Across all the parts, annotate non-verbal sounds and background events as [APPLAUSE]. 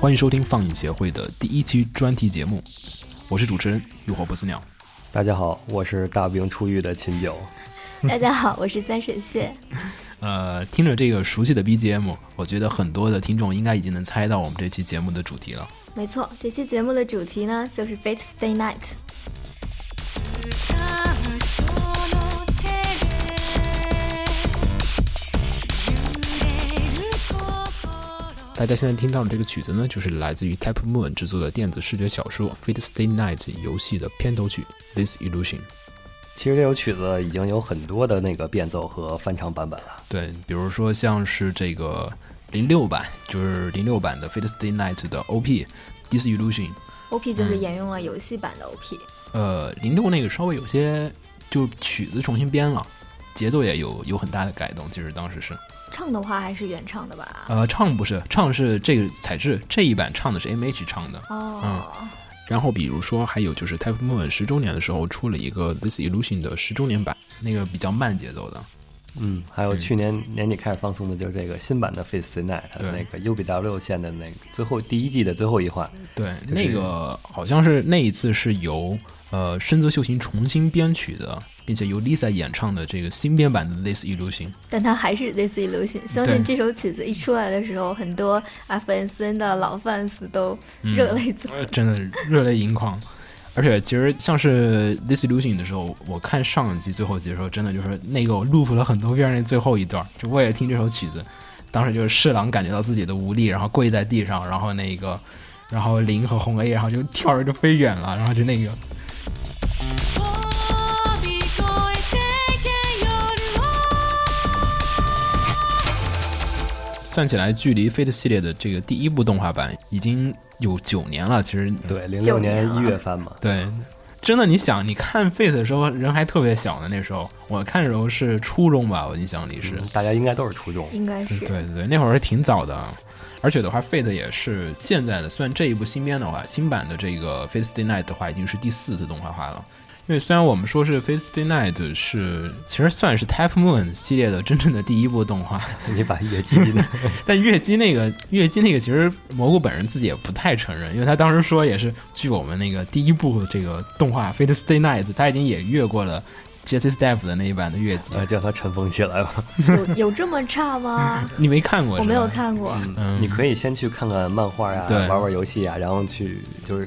欢迎收听放映协会的第一期专题节目，我是主持人浴火不死鸟。大家好，我是大病初愈的秦九。 [LAUGHS] 大家好，我是三水蟹。呃，听着这个熟悉的 BGM，我觉得很多的听众应该已经能猜到我们这期节目的主题了。没错，这期节目的主题呢就是 Fate Stay Night。大家现在听到的这个曲子呢，就是来自于 Type Moon 制作的电子视觉小说《Fate Stay Night》游戏的片头曲《This Illusion》。其实这首曲子已经有很多的那个变奏和翻唱版本了。对，比如说像是这个零六版，就是零六版的《Fate Stay Night》的 OP《This Illusion》， OP 嗯就是沿用了游戏版的 OP，、呃，零六那个稍微有些就曲子重新编了，节奏也有有很大的改动，其实当时是。唱的话还是原唱的吧？呃，唱不是，唱是这个采制这一版唱的是 M H 唱的。嗯哦，然后比如说还有就是 Type Moon 十周年的时候出了一个 This Illusion 的十周年版，那个比较慢节奏的。嗯，还有去年年底开始放送的就是这个新版的《Face the Night》对那个 UBW 线的那个最后第一季的最后一话。对，就是嗯那个好像是那一次是由呃深泽秀行重新编曲的，并且由 Lisa 演唱的这个新编版的 This Illusion。但它还是 This Illusion。相信这首曲子一出来的时候，很多阿凡森的老 fans 都嗯热泪纵呃，真的是热泪盈眶。而且其实像是《This Illusion》的时候，我看上一集最后集的时候，真的就是那个我 loop 了很多遍那最后一段，就为了听这首曲子。当时就是侍郎感觉到自己的无力，然后跪在地上，然后那个，然后林和红 A，然后就跳着就飞远了，然后就那个，飛び越えてけ夜を算起来距离《Fate》系列的这个第一部动画版已经有九年了。其实对，零六九嗯年年了一月番嘛。对，真的，你想，你看《Fate》的时候人还特别小呢，那时候我看的时候是初中吧，我印象里是。嗯大家应该都是初 [LAUGHS] 中。应该 [LAUGHS] 是对对对，那会儿是挺早的，啊而且的话，Fate 也是现在的，算这一部新编的话，新版的这个 Fate Stay Night 的话，已经是第四次动画化了。因为虽然我们说是 Fate Stay Night 是其实算是 Type Moon 系列的真正的第一部动画，你把月姬呢？ [LAUGHS] 但月姬那个月姬那个，其实蘑菇本人自己也不太承认，因为他当时说也是，据我们那个第一部这个动画《Fate Stay Night》，他已经也越过了 Jesse Step 的那一版的月姬，呃，叫他尘封起来吧。有有这么 [LAUGHS] 差吗？嗯你没看过？我没有是吧。看过。嗯，你可以先去看看漫画呀、对玩玩游戏呀，然后去就是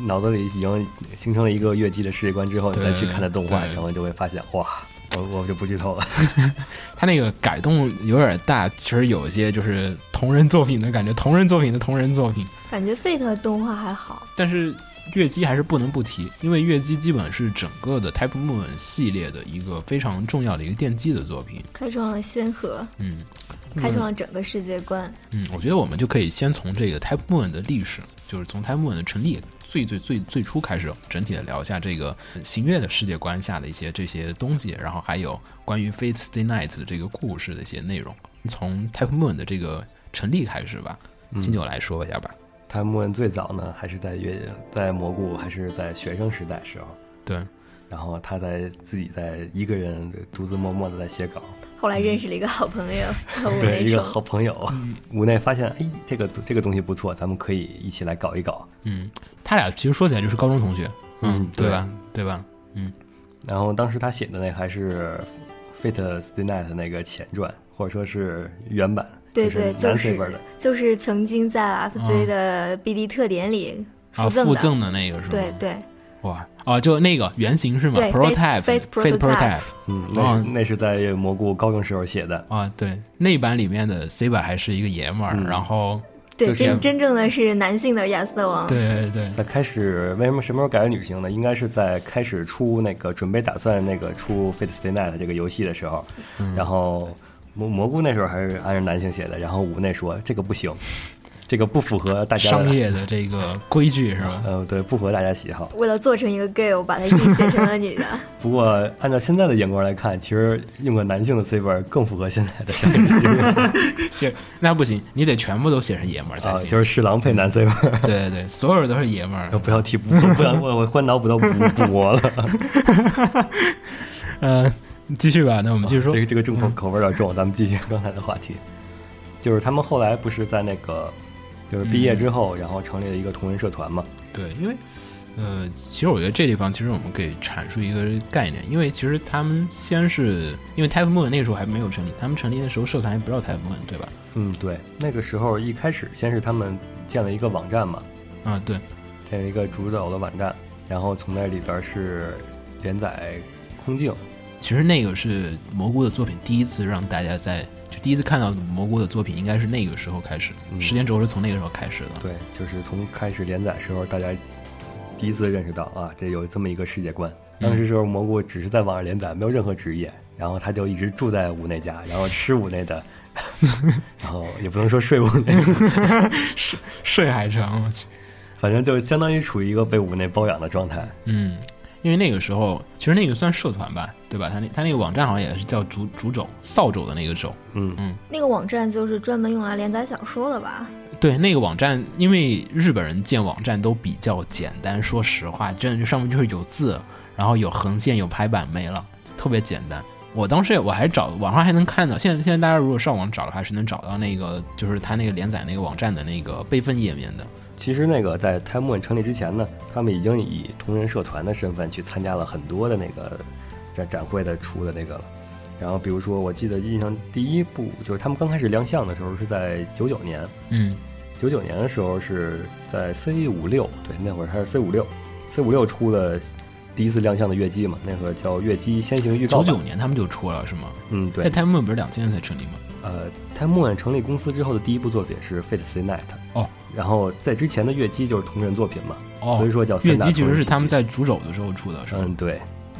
脑子里已经形成了一个月姬的世界观之后，你对再去看的动画，对然后就会发现哇，我我就不剧透了。他那个改动有点大，其实有一些就是同人作品的感觉，同人作品的同人作品。感觉 Fate 的动画还好，但是月姬还是不能不提，因为月姬基本是整个的 Type Moon 系列的一个非常重要的一个奠基的作品。开创了先河，嗯，开创了整个世界观。嗯，我觉得我们就可以先从这个 Type Moon 的历史，就是从 Type Moon 的成立最最最最初开始，整体的聊一下这个呃星月的世界观下的一些这些东西，然后还有关于 Fate Stay Night 的这个故事的一些内容。从 Type Moon 的这个成立开始吧，金九来说一下吧。嗯他们最早呢，还是在月在蘑菇，还是在学生时代时候，对，然后他在自己在一个人独自默默的在写稿，后来认识了一个好朋友，我对那一个种好朋友，嗯无奈发现哎，这个这个东西不错，咱们可以一起来搞一搞。嗯，他俩其实说起来就是高中同学，嗯对吧？对吧？然后当时他写的那还是《Fate Stay Night》那个前传，或者说是原版，对就是对，就南是非本的。就是曾经在 FZ 嗯的 BD 特点里啊，附赠附的，赠的那个是吗？对，对哇，啊，就那个原型是吗对？Prototype Fate- Fate Fate Prototype 嗯，哦那是那是在蘑菇高中时候写的。啊，对，那版里面的 C 版还是一个爷们儿，嗯然后对，就是真真正的是男性的亚瑟王，对对对，在开始为什么什么时候改为女性呢？应该是在开始出那个准备打算那个出《Fate Stay Night》这个游戏的时候，嗯然后蘑蘑菇那时候还是按照男性写的，然后五内说这个不行，这个不符合大家的商业的这个规矩是 [LAUGHS] 吧？呃对，不符合大家喜好。为了做成一个 gay，我把它硬写成了女的，不过按照现在的眼光来看，其实用个男性的 C 本更符合现在的审美习惯写那不行，你得全部都写成爷们儿才啊，行。就是侍郎配男 C 本，对对对，所有人都是爷们儿。不要提不，不然我我换脑补到补补魔了。嗯、继续吧，那我们继续说这。个这个重口口味有点重，咱们继续刚才的话题。就是他们后来不是在那个，就是毕业之后，然后成立了一个同人社团嘛。对，因为呃，其实我觉得这地方其实我们可以阐述一个概念，因为其实他们先是因为 Type Moon 那个时候还没有成立，他们成立的时候社团还不知道 Type Moon 对吧？嗯，对，那个时候一开始先是他们建了一个网站嘛，啊，对，建了一个主导的网站，然后从那里边是连载空镜。其实那个是蘑菇的作品第一次让大家在就第一次看到蘑菇的作品，应该是那个时候开始，嗯时间轴是从那个时候开始的。对，就是从开始连载时候，大家第一次认识到啊，这有这么一个世界观。当时时候蘑菇只是在网上连载，没有任何职业，然后他就一直住在屋内家，然后吃屋内的，然后也不能说睡屋内， [LAUGHS] [LAUGHS] 睡还长，我去。反正就相当于处于一个被屋内包养的状态。嗯，因为那个时候其实那个算社团吧，对吧？他那他那个网站好像也是叫竹竹帚扫帚的那个帚。嗯，那个网站就是专门用来连载小说的吧？对，那个网站，因为日本人建网站都比较简单，说实话，真的就上面就是有字，然后有横线，有排版，没了，特别简单。我当时也我还找网上还能看到，现在现在大家如果上网找的话，是能找到那个就是他那个连载那个网站的那个备份页面的。其实那个在 Time One 成立之前呢，他们已经以同人社团的身份去参加了很多的那个展展会的出的那个了。然后比如说，我记得印象第一部就是他们刚开始亮相的时候是在九九年，嗯九九年的时候是在 C 五六，对，那会儿还是 C 五六，C 五六出了第一次亮相的月姬嘛，那会儿叫月姬先行预九告版。九年他们就出了是吗？嗯，在对， Time Moon 不是两千年才成立吗？呃，他莫晚成立公司之后的第一部作品是《Fate Stay Night》。哦，然后在之前的月姬就是同人作品嘛，哦所以说叫月三大姬其同实人是世他们界在竹帚的时候出的是吗？嗯对，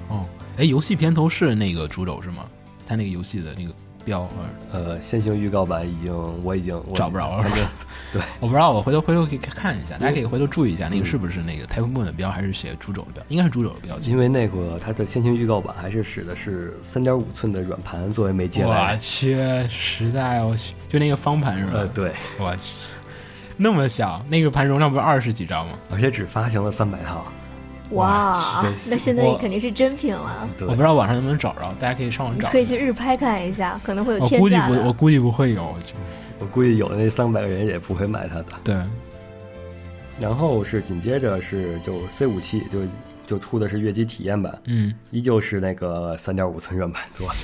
哦，哎，游戏片头是那个竹帚是吗？他那个游戏的那个标好像是。呃，先行预告版已经我已经我找不着了反正 [LAUGHS] 我不知道，我回头回头可以看一下，嗯大家可以回头注意一下，那个是不是那个 Type Moon 的标，还是写猪肘的标？应该是猪肘的标记。因为那个它的先行预告版还是使的是三点五寸的软盘作为媒介我来，去，时代，我去，就那个方盘是吧？呃，对，我去，那么小，那个盘容量不是二十几张吗？而且只发行了三百套，哇，真是那现在我肯定是真品了。对我哦不知道网上能不能找着，大家可以上网你找。可以去日拍看一下，可能会有我天估计价不，我的。估计不会有。我去，我估计有那三百个人也不会买它的。对，然后是紧接着是就 C 五七就就出的是月姬体验版，嗯，依旧是那个三点五寸软盘做的。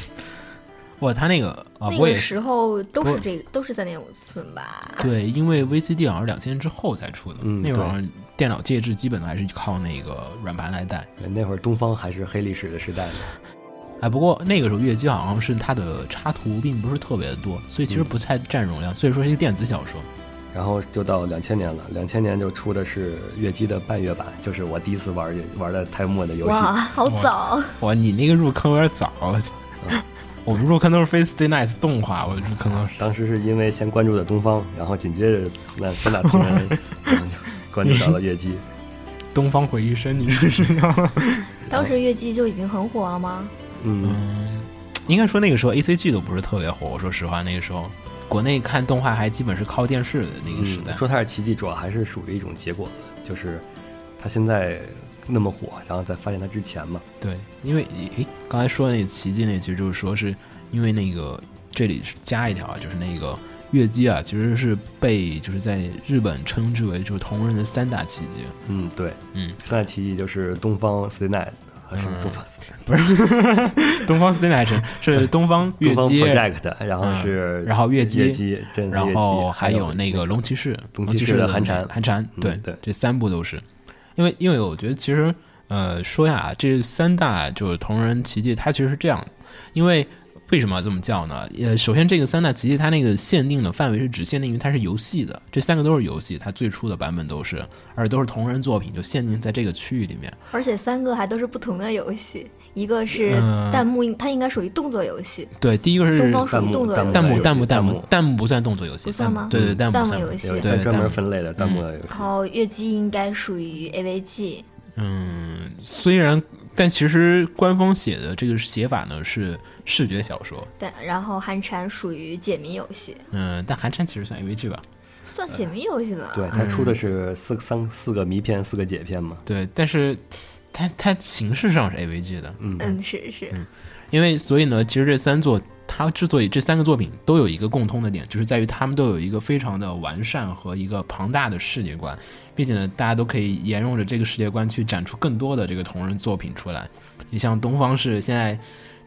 [LAUGHS] 哇，他那个啊，那我个也是。时候都不是这个，都是三点五寸吧？对，因为 VCD 好像是两千年之后才出的，嗯那会儿对好像电脑介质基本还是靠那个软盘来带。对那会儿东方还是黑历史的时代呢。哎，不过那个时候月姬好像是它的插图并不是特别的多，所以其实不太占容量，所以说是一个电子小说。然后就到两千年了，两千年就出的是月姬的半月版，就是我第一次玩月玩的太末的游戏。哇，好我早！哇，你那个入坑有点早了，就 [LAUGHS] 我们入坑都是 Face Day Night 动画，我入坑都是。当时是因为先关注的东方，然后紧接着那三大同人，然后就关注到了月姬。东方回忆生，你这是要？当时月姬就已经很火了吗？嗯，嗯， [LAUGHS] 应该说那个时候 A C G 都不是特别火。我说实话，那个时候国内看动画还基本是靠电视的那个时代嗯。说它是奇迹，主要还是属于一种结果，就是它现在那么火，然后在发现它之前嘛，对，因为诶，刚才说的那个奇迹，那其实就是说是因为那个这里是加一条啊，就是那个月姬啊，其实是被就是在日本称之为就是同人的三大奇迹，嗯，对，嗯，三大奇迹就是东方 Stay Night 还是嗯东方、 [LAUGHS] 东方 s t a n 是是东方月 [LAUGHS] 东方姬， Project，然后是、嗯然后月姬月姬，真的是然月姬后还有有那个龙骑士，龙骑骑士士的那寒个蝉寒蝉，嗯对对这三部都是，因为因为我觉得其实呃说呀，这三大就是同人奇迹，它其实是这样的，因为。为什么要这么叫呢？呃，首先这个三大奇迹它那个限定的范围是只限定于它是游戏的，这三个都是游戏，它最初的版本都是，而都是同人作品，就限定在这个区域里面。而且三个还都是不同的游戏，一个是嗯弹幕，它应该属于动作游戏，对，第一个是东方弹属于幕动作游戏，弹幕游戏弹幕弹弹幕幕弹幕不算动作游戏，不算吗对对，弹幕弹不幕算游戏有对专弹幕门分类的弹幕游戏然。后月姬应该属于 E AVG，嗯，虽然，但其实官方写的这个写法呢是视觉小说，但然后寒蝉属于解谜游戏，嗯、但寒蝉其实算 AVG 吧，算解谜游戏吧？对，它嗯出的是四个三四个迷片，四个解片嘛。对，但是它它形式上是 AVG 的，嗯，嗯，是是，因为所以呢，其实这三座它它之所以这三个作品都有一个共通的点，就是在于他们都有一个非常的完善和一个庞大的世界观，并且呢，大家都可以沿用着这个世界观去展出更多的这个同人作品出来。你像东方是现在，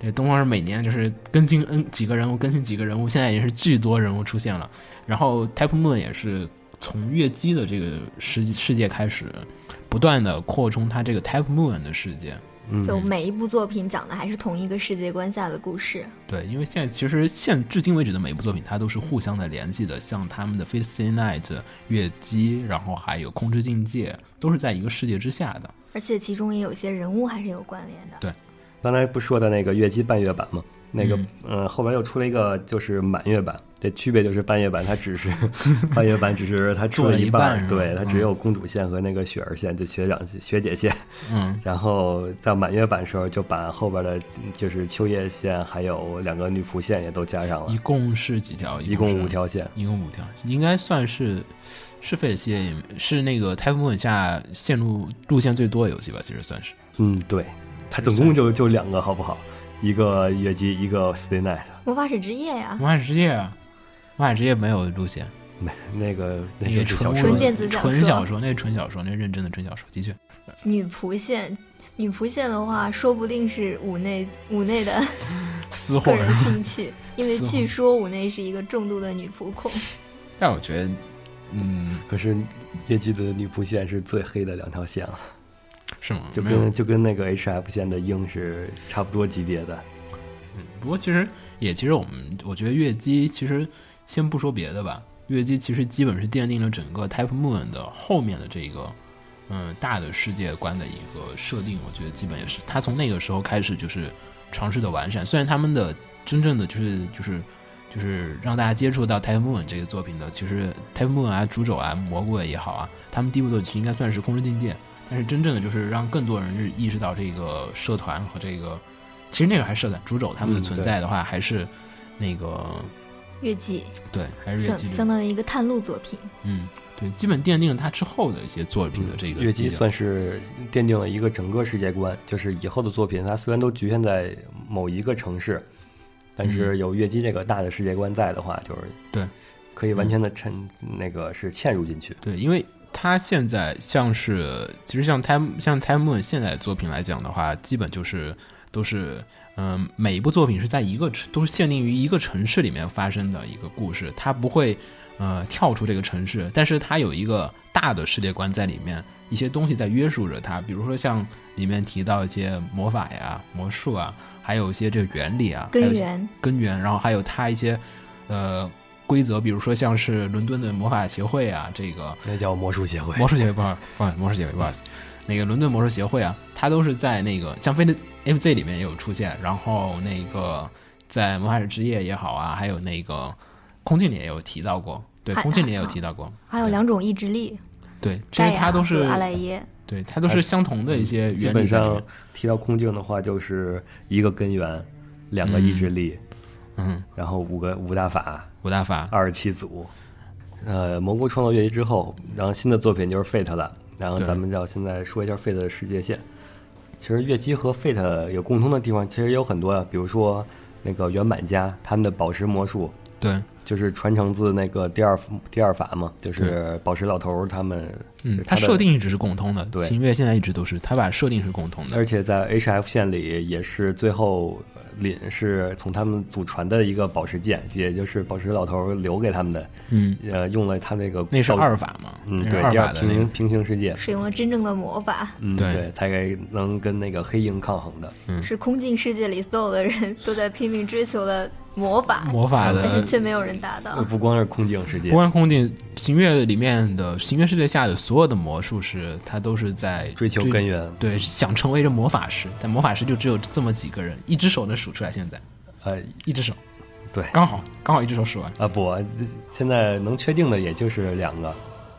这东方是每年就是更新 N 几个人物，更新几个人物，现在也是巨多人物出现了。然后 Type Moon 也是从月姬的这个世世界开始，不断的扩充它这个 Type Moon 的世界。就嗯每一部作品讲的还是同一个世界观下的故事。对，因为现在其实现至今为止的每一部作品，它都是互相的联系的，像他们的《Fate Stay Night》、《月姬》，然后还有《空之境界》，都是在一个世界之下的。而且其中也有些人物还是有关联的。刚才不说的那个月姬半月版吗？那个，嗯，后边又出了一个就是满月版，这区别就是半月版它只是半月版只是它出做了一 [LAUGHS] 一半半儿，是吧对，它只有公主线和那个雪儿线，就学长学姐线。嗯， [LAUGHS] 然后到满月版的时候，就把后边的就是秋叶线还有两个女仆线也都加上了一，共是几条？一共共是五，条线。一共五条，应该算是是费系列里面，是那个 Type Moon 下线路路线最多的游戏吧，其实算是。嗯，对，它总共就就两个，好不好？一个月姬，一个 Stay Night。魔法使之夜呀、魔法世界啊，魔法世界没有路线，没，那个那那就个是小纯说纯，电子小纯说小说，那是纯小说，那是认真的纯小说，的确。女仆线，女仆线的话，说不定是五内五内的私货个。人 [LAUGHS] 兴趣，因为死火据说五内是一个重度的女仆控。但我觉得，嗯，可是月姬的女仆线是最黑的两条线了，是吗？就没有跟就跟那个 HF 线的鹰是差不多级别的。不过其实也其实我们我觉得月姬其实先不说别的吧，月姬其实基本是奠定了整个 Type Moon 的后面的这个嗯大的世界观的一个设定，我觉得基本也是他从那个时候开始就是尝试的完善，虽然他们的真正的就是就是。就是让大家接触到 Type Moon 这个作品的，其实 Type Moon 啊、主轴啊、蘑菇也好啊，他们第一部作品其实应该算是空之境界，但是真正的就是让更多人意识到这个社团和这个，其实那个还是社团主轴他们的嗯存对在的话，还是那个月季对，还是月相姬这相个，当于一个探路作品，嗯，对，基本奠定了他之后的一些作品嗯的这个月基姬调算是嗯奠定了一个整个世界观，就是以后的作品，它虽然都局限在某一个城市，但是有月姬这个大的世界观在的话，就是嗯对，可以完全的沉、那个是嵌入进去。对，因为他现在像是，其实像 Time 像 Time Moon 现在的作品来讲的话，基本就是都是，嗯、每一部作品是在一个城都是限定于一个城市里面发生的一个故事，它不会呃跳出这个城市，但是它有一个大的世界观在里面，一些东西在约束着它，比如说像里面提到一些魔法呀、魔术啊，还有一些这个原理啊，还有根一些源根源，然后还有它一些呃规则，比如说像是伦敦的魔法协会啊，这个那叫魔术协会，魔术协会不好，不好，魔术协会不好意思，那个伦敦魔术协会啊，它都是在那个像飞的 FZ 里面也有出现，然后那个在魔法使之夜也好啊，还有那个空镜里也有提到过，对，还空镜里也有提到过，还有对两种意志力，对，这盖些它亚都和是阿赖耶。对，它都是相同的一些基原本理在里上面，提到空镜的话，就是一个根源，两个意志力，嗯，然后五个五大法，五大法，二十七组。呃，蘑菇创造月姬之后，然后新的作品就是 Fate 了。然后对咱们要现在说一下 Fate 的世界线。其实月姬和 Fate 有共通的地方，其实也有很多啊，比如说那个原版家他们的宝石魔术，对，就是传承自那个第二第二法嘛，就是宝石老头儿他们。嗯，它他的设定一直是共通的，对星月现在一直都是，它把设定是共通的，而且在 HF 线里也是最后呃领是从他们祖传的一个宝石剑，也就是宝石老头儿留给他们的，嗯，呃，用了他那个那是道具二法嘛，嗯，那是对，二第二法的平那个行，平行世界，使用了真正的魔法，嗯，对对，才给能跟那个黑鹰抗衡的。嗯是空境世界里所有的人都在拼命追求的魔法， [LAUGHS] 魔法但的是却没有人达到。呃不光是空境世界不，观空镜行月里面的行月世界下的所有的魔术师，他都是在追求根源。对，想成为一个魔法师，但魔法师就只有这么几个人，一只手能数出来。现在呃，一只手，对刚好刚好一只手数完。啊不，现在能确定的也就是两个。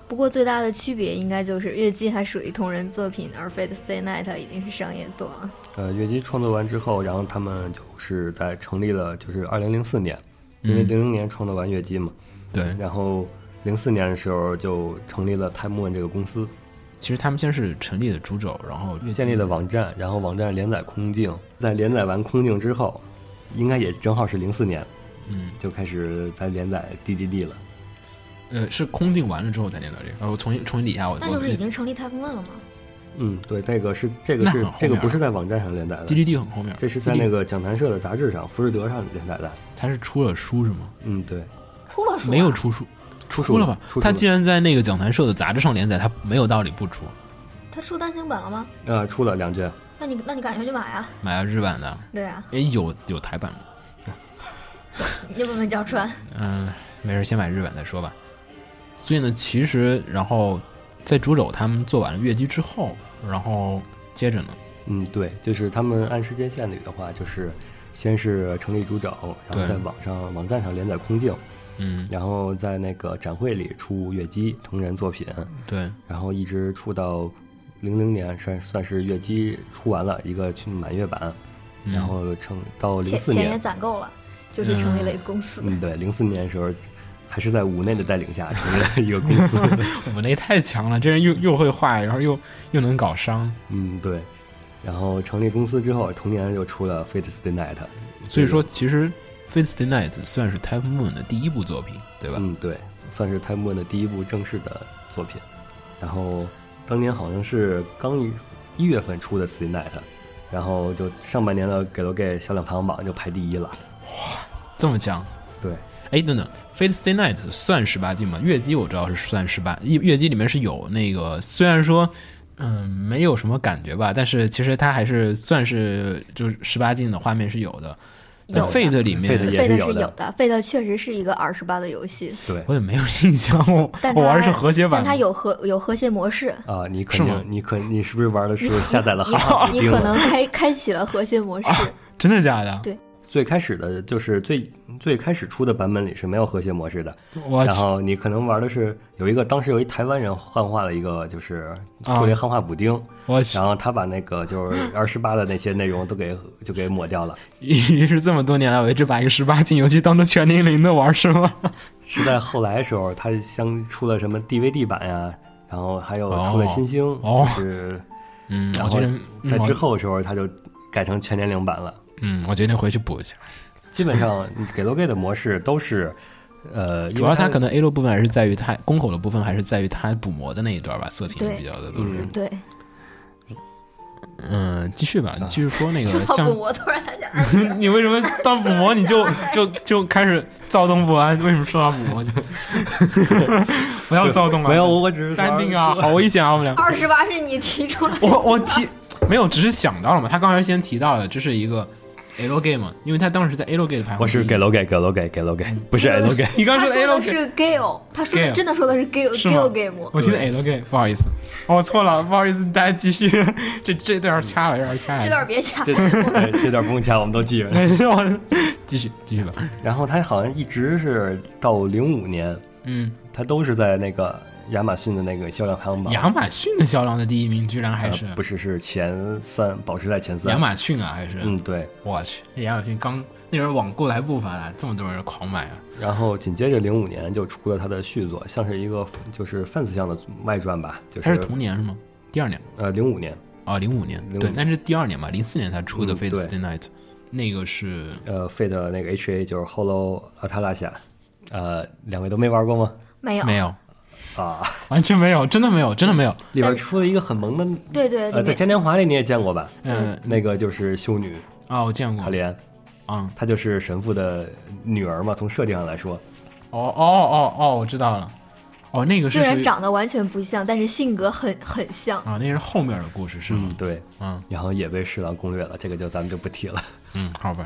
不过最大的区别应该就是《月季》还属于同人作品，而《Fate Stay Night》已经是商业作了。呃，月姬创作完之后，然后他们就是在成立了，就是二零零四年，因为嗯零零年创作完月姬嘛，对，然后零四年的时候就成立了 Time One 这个公司，其实他们先是成立的主轴，然后越建立了网站，然后网站连载空镜，在连载完空镜之后，应该也正好是零四年嗯，就开始在连载 DDD 了。呃，是空镜完了之后才连到这个，啊，我重新重新理一下我。那就是已经成立太空问了吗？嗯，对，这个是这个那是很后这个面啊不了是在网站上连载的， DDD 很后面，这是在那个讲谈社的杂志上《浮士德》上连载的。他是出了书是吗？嗯，对，出了书啊没有出书，出出书了吧？出他书既然在那个讲坛社的杂志上连载，他没有道理不出。他出单行本了吗？了呃出了两卷，那你那你赶快去买啊！买了日版的，对啊，也有有台版的，你问问焦川，嗯，没事，先买日版再说吧。所以呢，其实然后在竹肘他们做完了月姬之后，然后接着呢，嗯，对，就是他们按时间线捋的话，就是先是成立主角，然后对在网上网站上连载空镜，嗯，然后在那个展会里出月姬同人作品，对，然后一直出到零零年，算算是月姬出完了一个去满月版，嗯然后成到零钱四钱也年，攒够了，就去成立了一个公司。嗯，对，零四年的时候。还是在五内的带领下成立了一个公 [LAUGHS] 司，我那太强了，这人又又会画，然后又又能搞商，嗯，对。然后成立公司之后，同年又出了《Fate Stay Night》，所以说其实《Fate Stay Night》算是 Type Moon 的第一部作品，对吧？嗯，对，算是 Time One 的第一部正式的作品。然后当年好像是刚一一月份出的《Stay Night》，然后就上半年的《给 e 给销量排行榜就排第一了。这么强，对，哎，等等，《Fate Stay Night》算十八禁吗？月姬我知道是算十八，月月姬里面是有那个，虽然说，嗯，没有什么感觉吧，但是其实它还是算是就是十八禁的画面是有的。但有的 Fate 里面嗯 Fate 也呃费是特有是的有的，费特确实是一个二十八的游戏，对我也没有印象，我 [LAUGHS] 但我玩的它是和谐版但的，它有和有和谐模式。啊，你是肯吗定，你可你是不是玩的你是下载了你哈哈你丁可了能开开启了和谐模式，真的假的？对最开始的就是最最开始出的版本里是没有和谐模式的，我然去，后你可能玩的是有一个当时有一台湾人汉化了一个就是啊说这汉化补丁，我 [LAUGHS] 去，然后他把那个就是二十八的那些内容都给就给抹掉了，于是这么多年来，我一直把一个十八禁游戏当成全年龄的玩，是吗？是在后来的时候，他相出了什么 DVD 版呀，然后还有哦出了新星，哦就是嗯，然我决后定在嗯我之后的时候他就改成全年龄版了。嗯，我决定回去补一下。基本上给 l o g 的模式都是，呃，主要他它可能 A 路部分还是在于它宫口的部分还是在于它补魔的那一段吧，色情对比较的都是。对。嗯，继续吧，你继续说那个说到嗯像古魔，突然想起安迪了 [LAUGHS] 你为什么到补魔你 [LAUGHS] 就就就开始躁动不安？为什么说到补 [LAUGHS] 魔就不要躁动啊？没有，我我只是淡定啊， [LAUGHS] 好危险啊，我们俩。二十八是你提出来的，我我提没有，只是想到了嘛。他刚才先提到了，这是一个 A l game 嘛，因为他当时在 A l game 排行我是给 l o g 给 l o g 给 l o g 嗯不是 l [LAUGHS] o g 你刚他说 A 说 l 的 game，是 Gale，他说的 Gale 真的说的是 Gale 是吗 Gale game，我听的 A l game，不好意思，哦我错了，不好意思，大家继续， [LAUGHS] 这这段掐了，有点掐了。这段别掐这。对这段不用掐，我们都记着。我继续继续吧。然后他好像一直是到零五年，嗯，他都是在那个亚马逊的那个销量排行榜，亚马逊的销量的第一名居然还呃是不是是前三，保持在前三。亚马逊啊，还是嗯，对。我去，那亚马逊刚那时候网购还不发达，这么多人狂买啊！然后紧接着零五年就出了他的续作，像是一个就是范思向的外传吧，就它是是同年是吗？第二年呃零五年，啊，零五年05对，但是第二年吧，零四年才出的《嗯 Fate 对 Stay Night》，那个是呃 Fate 的那个 HA 就是 Hollow Atalasia，呃，两位都没玩过吗？没有，没有，啊，完全没有，真的没有，真的没有。 [LAUGHS] 里边出了一个很萌的，对对呃，在对，嘉年华里你也见过吧？嗯，那个就是修女啊，我见过卡莲，啊，她就是神父的女儿嘛，从设定上来说，哦哦哦哦，我知道了，哦，那个虽是属然于长得完全不像，但是性格很很像。啊，那是后面的故事是吗嗯，？对，嗯然后也被侍郎攻略了，这个就咱们就不 [LAUGHS] 提了。嗯，好吧，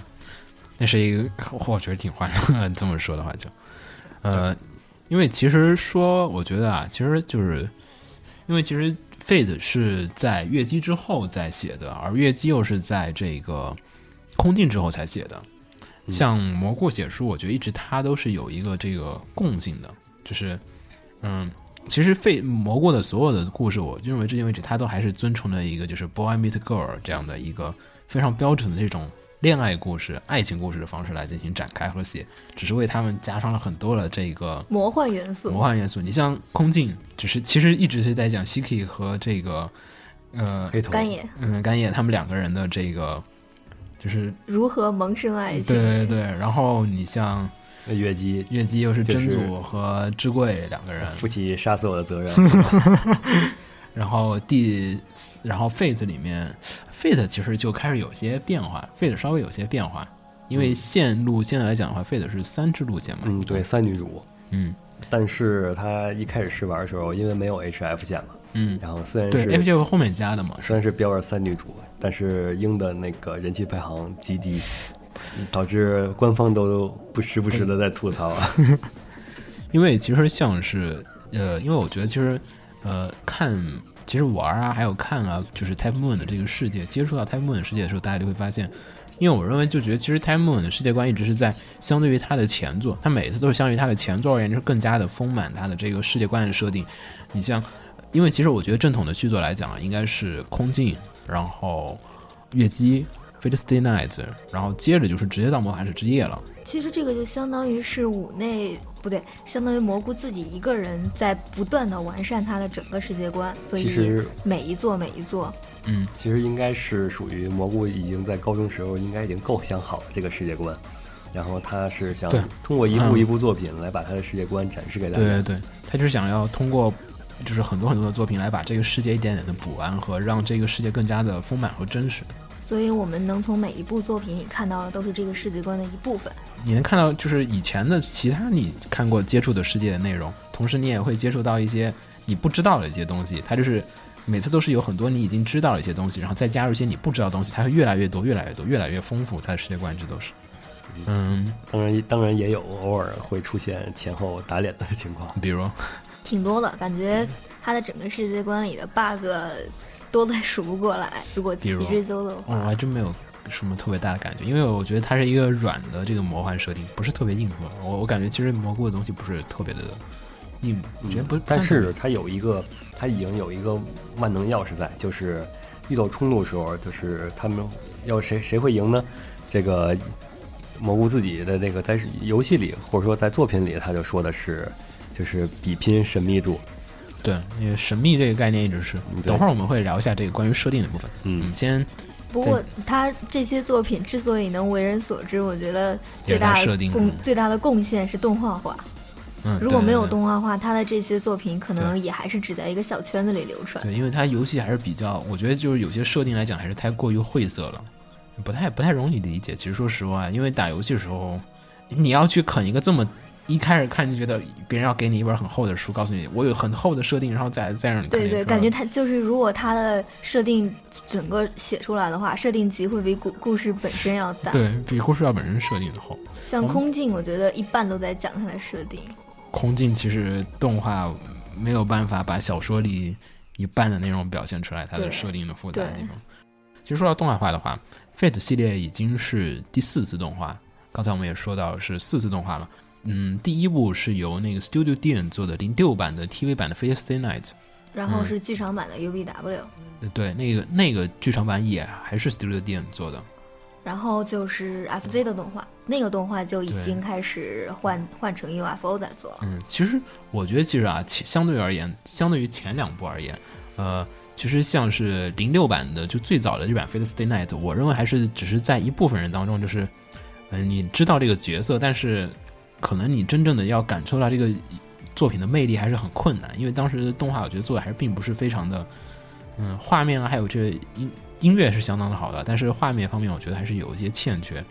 那是一个，我觉得挺欢乐的。这么说的话就，呃，因为其实说，我觉得啊，其实就是因为其实 Fate 是在月姬之后再写的，而月姬又是在这个空镜之后才写的。像蘑菇写书，我觉得一直它都是有一个这个共性的，就是嗯。其实费蘑菇的所有的故事，我认为至今为止，它都还是遵从了一个就是 boy meet girl 这样的一个非常标准的这种恋爱故事、爱情故事的方式来进行展开和写，只是为他们加上了很多的这个魔幻元素，魔幻元素。你像空镜，只是其实一直是在讲 Siki 和这个呃黑瞳，干野嗯干叶他们两个人的这个就是如何萌生爱对情？对对，然后你像那月姬月姬又是就真是祖和智贵两个人，负起杀死我的责任， [LAUGHS] 然后第四，然后 Fate 里面，Fate 其实就开始有些变化，Fate 稍微有些变化，因为线路现在来讲的话，Fate 是三支路线嘛，嗯，对，三女主。嗯但是她一开始试玩的时候，因为没有 HF 线嘛，嗯，然后虽然对是，FJ 后面加的嘛，虽然是标着三女主，但是英的那个人气排行极低，导致官方都不时不时的在吐槽啊。因为其实像是呃，因为我觉得其实呃看。其实玩啊，还有看啊，就是 Type Moon 的这个世界，接触到 Type Moon 的世界的时候，大家就会发现，因为我认为就觉得其实 Type Moon 的世界观一直是在相对于它的前作，它每次都是相对于它的前作而言，就是更加的丰满它的这个世界观的设定。你像，因为其实我觉得正统的续作来讲啊，应该是空镜，然后月姬。f a t e Stay Night，然后接着就是直接到魔法使之夜了。其实这个就相当于是五内不对，相当于蘑菇自己一个人在不断的完善他的整个世界观，所其以实每一座每一座，其实应该是属于蘑菇已经在高中时候应该已经构想好了这个世界观，然后他是想对通过一步嗯一步作品来把他的世界观展示给大对家对。对，他就是想要通过就是很多很多的作品来把这个世界一点点的补完和让这个世界更加的丰满和真实。所以我们能从每一部作品里看到的都是这个世界观的一部分。你能看到就是以前的其他你看过接触的世界的内容，同时你也会接触到一些你不知道的一些东西。它就是每次都是有很多你已经知道的一些东西，然后再加入一些你不知道的东西，它会越来越多，越来越多，越来越丰富。它的世界观一直都是，嗯，当然，当然也有偶尔会出现前后打脸的情况。比如挺多的，感觉嗯它的整个世界观里的 bug 多的数不过来。如果仔比细如哦追究的我话，还真没有什么特别大的感觉，因为我觉得它是一个软的这个魔幻设定，不是特别硬核。我我感觉其实蘑菇的东西不是特别的硬，我觉得不，不嗯但算特别是它有一个，它已经有一个万能钥匙在，就是遇到冲突的时候，就是他们要谁谁会赢呢？这个蘑菇自己的那个在游戏里或者说在作品里，他就说的是，就是比拼神秘度。对，因为神秘这个概念一直是嗯。对等会儿我们会聊一下这个关于设定的部分。嗯，先不过它这些作品之所以能为人所知，我觉得最大有它设的定贡嗯最大的贡献是动画化。嗯，如果没有对动画化，它的这些作品可能对也还是只在一个小圈子里流传。对，因为它游戏还是比较，我觉得就是有些设定来讲还是太过于晦涩了，不太不太容易理解。其实说实话，因为打游戏的时候，你要去啃一个这么一开始看就觉得别人要给你一本很厚的书，告诉你我有很厚的设定，然后再再让你看对这个对，书感觉它就是，如果它的设定整个写出来的话，设定集会比故故事本身要大。对比故事要本身设定的厚。像我们空镜，我觉得一半都在讲它的设定。空镜其实动画没有办法把小说里一半的内容表现出来，它的对设定的复杂的地对方。其实说到动画化的话，Fate 系列已经是第四次动画，刚才我们也说到是四次动画了。嗯，第一部是由那个 Studio Dean 做的零六版的 TV 版的《Fate Stay Night》，然后嗯是剧场版的 UBW，、呃对，那个那个剧场版也还是 Studio Dean 做的。然后就是 FZ 的动画，那个动画就已对经开始换换成 UFO 在做了。嗯，其实我觉得，其实啊，其相对而言，相对于前两部而言，呃，其实像是零六版的，就最早的这版《Fate Stay Night》，我认为还是只是在一部分人当中，就是，嗯、你知道这个角色，但是可能你真正的要感受到这个作品的魅力还是很困难，因为当时的动画我觉得做的还是并不是非常的，嗯，画面啊，还有这音音乐是相当的好的，但是画面方面我觉得还是有一些欠缺。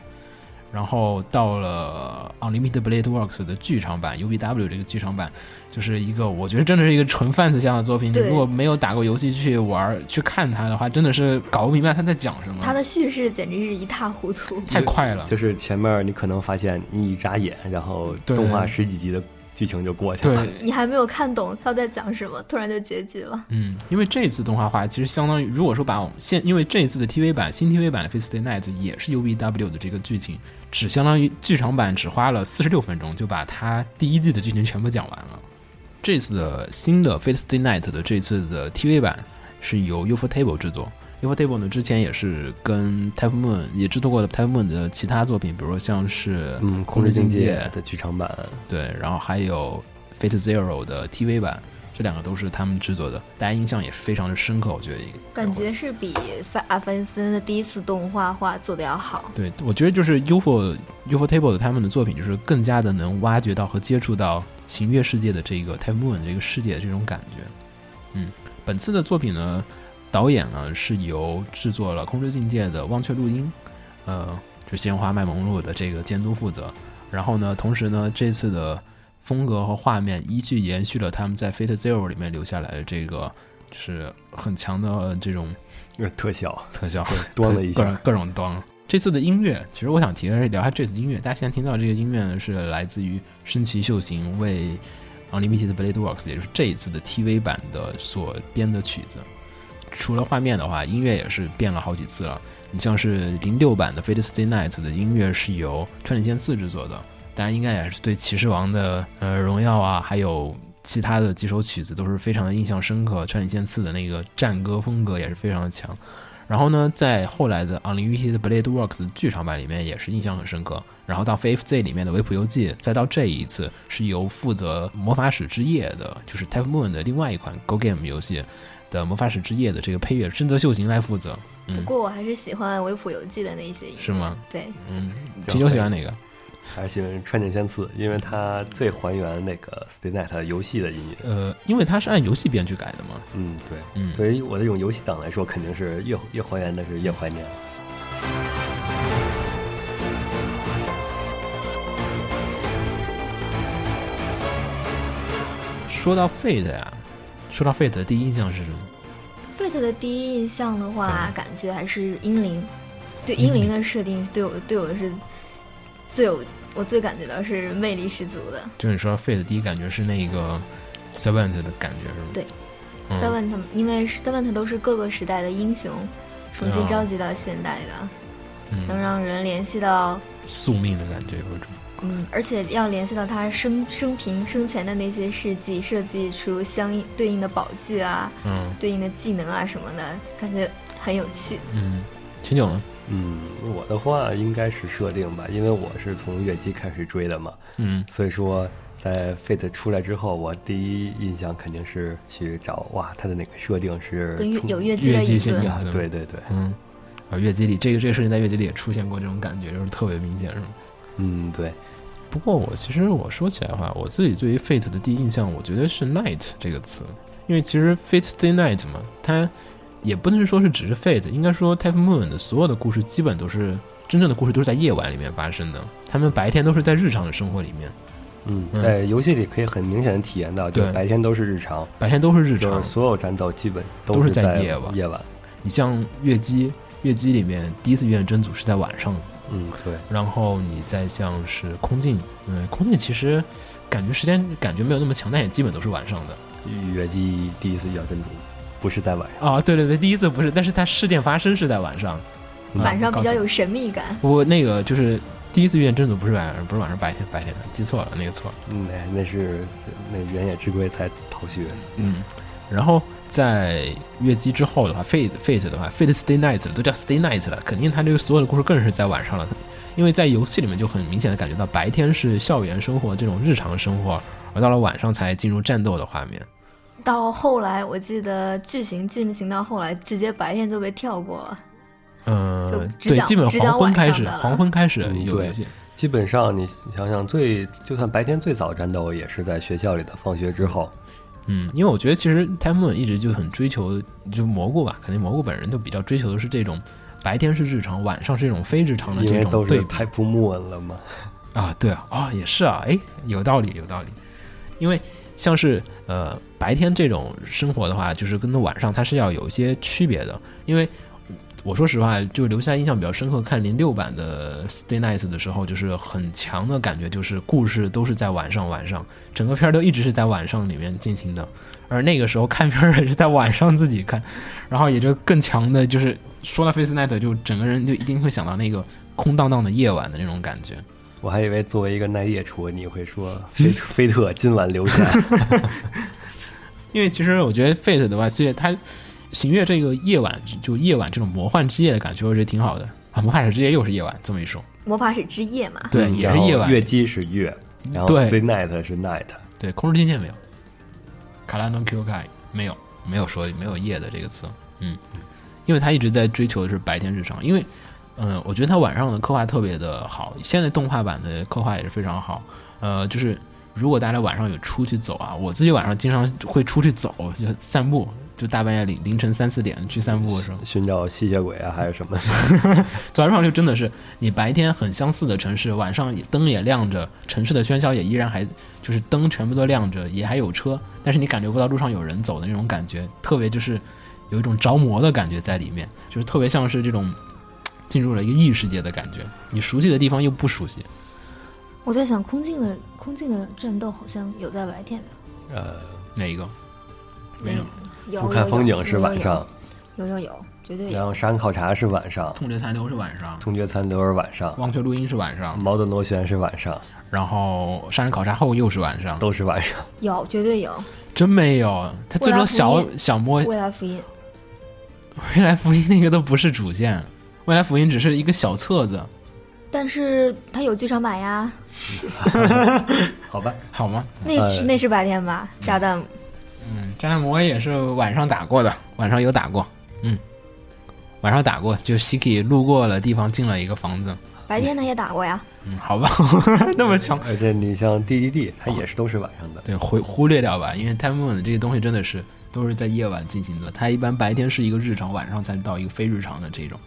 然后到了 Unlimited Blade Works 的剧场版 UBW 这个剧场版，就是一个我觉得真的是一个纯贩子向的作品。你对如果没有打过游戏去玩儿去看它的话，真的是搞不明白他在讲什么。它的叙事简直是一塌糊涂。太快了，就是前面你可能发现你一眨眼，然后对动画十几集的剧情就过去了。对，你还没有看懂他在讲什么，突然就结局了。嗯，因为这一次动画化其实相当于，如果说把我们现，因为这一次的 TV 版新 TV 版的《Face Day Night》也是 UBW 的这个剧情，只相当于剧场版只花了四十六分钟就把它第一季的剧情全部讲完了。这次的新的《Face Day Night》的这次的 TV 版是由 UFO Table 制作。UFO Table 呢，之前也是跟 Type Moon 也制作过的 Type Moon 的其他作品，比如说像是嗯，空空之之境境界界的剧场版，对，然后还有 Fate Zero 的 TV 版，这两个都是他们制作的，大家印象也是非常的深刻。我觉得一个感觉是比范阿凡森的第一次动画化做的要好。对，我觉得就是 UFO UFO Table 的他们的作品，就是更加的能挖掘到和接触到行月世界的这个 t y p e Moon 这个世界的这种感觉。嗯，本次的作品呢，导演呢是由制作了《空之境界》的忘却录音，呃，就鲜花卖萌录的这个监督负责。然后呢，同时呢，这次的风格和画面依据延续了他们在《Fate Zero》里面留下来的这个，就是很强的这种呃特效特效。端了一各种下，各种端。这次的音乐，其实我想提的是聊一下这次音乐。大家现在听到这个音乐呢，是来自于深崎秀行为 Unlimited Blade Works，也就是这一次的 TV 版的所编的曲子。除了画面的话，音乐也是变了好几次了。你像是零六版的《Fate Stay Night》的音乐是由川里健次制作的，大家应该也是对《骑士王的》呃荣耀啊，还有其他的几首曲子都是非常的印象深刻。川里健次的那个战歌风格也是非常的强。然后呢，在后来的《Unlimited Blade Works》剧场版里面也是印象很深刻。然后到《FFZ》里面的《维普游记》，再到这一次是由负责《魔法使之夜》的，就是 Type Moon 的另外一款 Go Game 游戏的《魔法使之夜》的这个配乐，深泽秀行来负责。不嗯，过我还是喜欢《维普游记》的那些音乐。是吗？对，嗯，秦九喜欢哪个？还是喜欢川井先次，因为它最还原那个 Stay Night 游戏的音乐。呃，因为它是按游戏编剧改的嘛。嗯，对。嗯，对于我这种游戏党来说，肯定是越越还原的是越怀念。说到 Fate 呀、说到 Fate 的第一印象是什么？贝特的第一印象的话，对感觉还是英灵，对英英灵灵的设定，对我对我是最有我最感觉到是魅力十足的。就是你说到 Fate 的第一感觉是那个 Servant 的感觉是吗？对嗯。 Seven 他们，因为 Seven 都是各个时代的英雄，重对啊新召集到现代的，能嗯，让人联系到，宿命的感觉有一种。嗯，而且要联系到他生生平生前的那些事迹，设计出相应对应的宝具啊，嗯对应的技能啊什么的，感觉很有趣。嗯，秦九呢？嗯，我的话应该是设定吧，因为我是从月姬开始追的嘛，嗯所以说在 Fate 出来之后，我第一印象肯定是去找哇，它的哪个设定是跟月从有月姬的月姬影先子进，啊，对对对，嗯，啊，月姬里这个这个事情在月姬里也出现过这种感觉，就是特别明显，是吗？嗯对，不过我其实我说起来的话，我自己对于 Fate 的第一印象，我觉得是 Night 这个词，因为其实 Fate Stay Night 嘛，它也不能说是只是 Fate，应该说 Type Moon 的所有的故事基本都是真正的故事都是在夜晚里面发生的，他们白天都是在日常的生活里面，嗯，嗯在游戏里可以很明显的体验到，就对白天都是日常，白天都是日就常是，所有战斗基本都是是在在夜晚夜晚，你像月姬，月姬里面第一次遇见真祖是在晚上，嗯对，然后你再像是空镜，嗯，空镜其实感觉时间感觉没有那么强，但也基本都是晚上的月姬第一次遇到真主，不是在晚上，啊。对对对，第一次不是，但是它事件发生是在晚上，啊嗯晚上告比诉较你有神秘感。不过那个就是第一次遇见真主不是晚上，不是晚上白天白天记错了那个错了，嗯那那是那原野之龟才逃学，嗯。然后在月姬之后的话，Fate Fate 的话，Fate Stay Night 了，都叫 Stay Night 了，肯定它这个所有的故事更是在晚上了，因为在游戏里面就很明显的感觉到白天是校园生活这种日常生活，而到了晚上才进入战斗的画面。到后来，我记得剧情进行到后来，直接白天就被跳过了。呃就，只对，讲基本只黄讲昏晚开上始，的了黄昏开始嗯有对游戏，基本上你想想最，就算白天最早战斗也是在学校里的放学之后。嗯，因为我觉得其实 t i m o n 一直就很追求，就蘑菇吧，肯定蘑菇本人就比较追求的是这种白天是日常，晚上是一种非日常的嗯因这为种都对是比太不 [LAUGHS] 木了嘛。啊，对啊，啊、也是啊，哎，有道理，有道理，因为像是呃白天这种生活的话，就是跟晚上它是要有一些区别的，因为。我说实话，就留下印象比较深刻。看零六版的《Stay Night》的时候，就是很强的感觉，就是故事都是在晚上，晚上整个片儿都一直是在晚上里面进行的。而那个时候看片儿也是在晚上自己看，然后也就更强的，就是说到《Face Night》，就整个人就一定会想到那个空荡荡的夜晚的那种感觉。我还以为作为一个耐夜厨，你 [LAUGHS] 会说菲特菲特今晚留下。因为其实我觉得 Fate 的话，其实它行月这个夜晚，就夜晚这种魔幻之夜的感觉，我觉得挺好的啊。魔法使之夜又是夜晚，这么一说，魔法使之夜嘛，对，嗯也然是后夜晚。月姬是月，然后对 C night 是 night。对，空之境界没有，卡拉诺 Q K 没有没有说没有夜的这个词，嗯，因为他一直在追求的是白天日常，因为呃，我觉得他晚上的刻画特别的好，现在动画版的刻画也是非常好，呃，就是如果大家晚上有出去走啊，我自己晚上经常会出去走，就散步。就大半夜凌凌晨三四点去散步的时候，寻找吸血鬼啊，还是什么？早上就真的是你白天很相似的城市，晚上也灯也亮着，城市的喧嚣也依然还就是灯全部都亮着，也还有车，但是你感觉不到路上有人走的那种感觉，特别就是有一种着魔的感觉在里面，就是特别像是这种进入了一个异世界的感觉，你熟悉的地方又不熟悉。我在想，空镜的空镜的战斗好像有在白天的，呃，哪一个？没有有不看风景是晚，上，有有有有有有，绝对然有。后沙滩考察是晚上，痛觉残留是晚上，通觉餐都是晚上，忘却录音是晚上，矛盾螺旋是晚上，然后杀人考察后又是晚上，都是晚上。有绝对有。真没有。他最未多来福小音小摸未来福音，未来福音那个都不是主线，未来福音只是一个小册子，但是它有剧场版呀，好吧，好吗？那呃是那是白天吧？炸弹嗯，战战魔也是晚上打过的，晚上有打过，嗯，晚上打过，就 Siki 路过了地方进了一个房子，白天他也打过呀，嗯，好吧， [LAUGHS] 那么强，而且你像 DDD，它也是都是晚上的。对，忽忽略掉吧，因为 Time Moon 这个东西真的是都是在夜晚进行的，它一般白天是一个日常，晚上才到一个非日常的这种，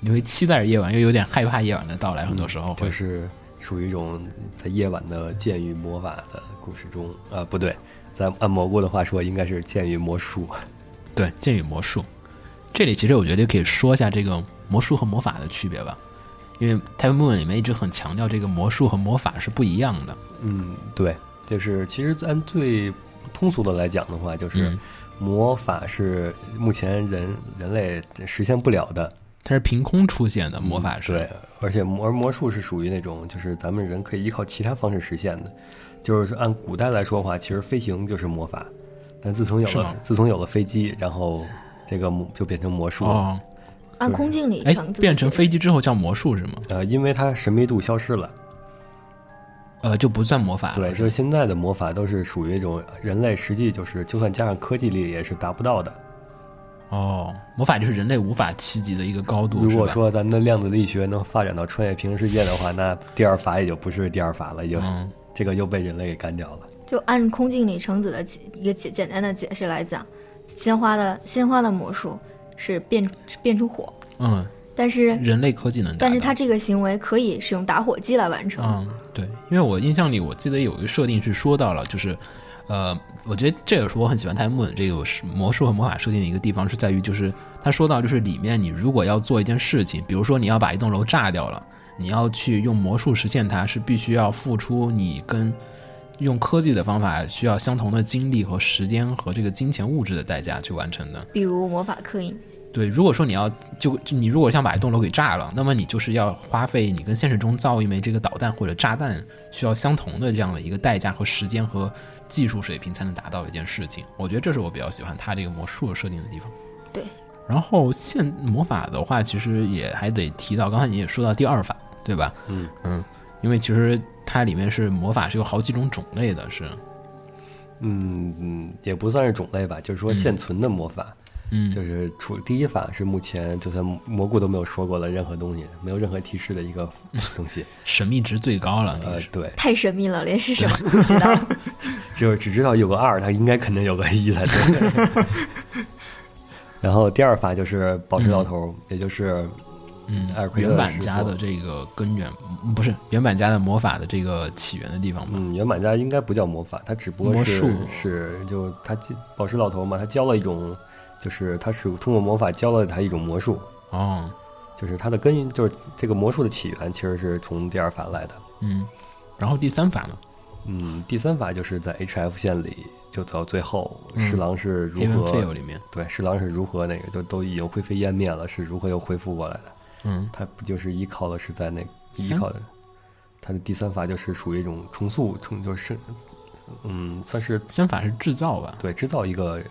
你会期待着夜晚，又有点害怕夜晚的到来，很多时候会就。是属于一种在夜晚的剑与魔法的故事中，啊，不对，在按蘑菇的话说，应该是剑与魔术。对，剑与魔术。这里其实我觉得可以说一下这个魔术和魔法的区别吧，因为《太空 Moon》里面一直很强调这个魔术和魔法是不一样的。嗯，对，就是其实按最通俗的来讲的话，就是嗯魔法是目前人人类实现不了的它是凭空出现的，魔法是、嗯对，而且魔而魔术是属于那种就是咱们人可以依靠其他方式实现的，就是按古代来说的话，其实飞行就是魔法，但自从有是吗了自从有了飞机，然后这个魔就变成魔术了。哦，按空镜里哎程自，己变成飞机之后叫魔术是吗？呃，因为它神秘度消失了，呃，就不算魔法了。对，就是现在的魔法都是属于一种人类实际就是就算加上科技力也是达不到的。哦，魔法就是人类无法企及的一个高度，如果是吧？说咱们的量子力学能发展到穿越平行世界的话，那第二法也就不是第二法了，就、嗯，这个又被人类给干掉了。就按空镜里橙子的解一个简简单的解释来讲，鲜花的鲜花的魔术是变是变出火，嗯，但是人类科技能达到，但是它这个行为可以使用打火机来完成。嗯，对，因为我印象里，我记得有一个设定是说到了，就是，呃，我觉得这也是我很喜欢泰姆这个是魔术和魔法设定的一个地方，是在于就是他说到就是里面你如果要做一件事情，比如说你要把一栋楼炸掉了，你要去用魔术实现它，是必须要付出你跟用科技的方法需要相同的精力和时间和这个金钱物质的代价去完成的。比如魔法刻印，对，如果说你要就就你如果想把一栋楼给炸了，那么你就是要花费你跟现实中造一枚这个导弹或者炸弹需要相同的这样的一个代价和时间和技术水平才能达到的一件事情。我觉得这是我比较喜欢它这个魔术设定的地方。对，然后现魔法的话，其实也还得提到，刚才你也说到第二法，对吧？嗯嗯，因为其实它里面是魔法是有好几种种类的，是嗯，嗯也不算是种类吧，就是说现存的魔法，嗯就是除第一法是目前就算蘑菇都没有说过的任何东西，没有任何提示的一个东 [LAUGHS] 西。神秘值最高了，那呃个是，对，太神秘了，连是什么都不知道。 [LAUGHS] 就只知道有个二，它应该肯定有个一才对。 [LAUGHS] 然后第二法就是保持到头，也就是嗯艾尔，奎原特版师家傅的这个根源嗯不是原版家的魔法的这个起源的地方吧？嗯，原版家应该不叫魔法，它只不魔过术是是就他保持老头嘛，他教了一种，就是他是通过魔法教了他一种魔术，哦，就是它的根源就是这个魔术的起源其实是从第二法来的。嗯，然后第三法呢？嗯，第三法就是在 HF 线里就走到最后，嗯侍郎是如黑文何、废友里面，对侍郎是如何那个就都已经灰飞烟灭了，是如何又恢复过来的？嗯，它不就是依靠的是在那依三靠的，它的第三法就是属于一种重塑重就是嗯算是三法是制造吧？对制造一个人。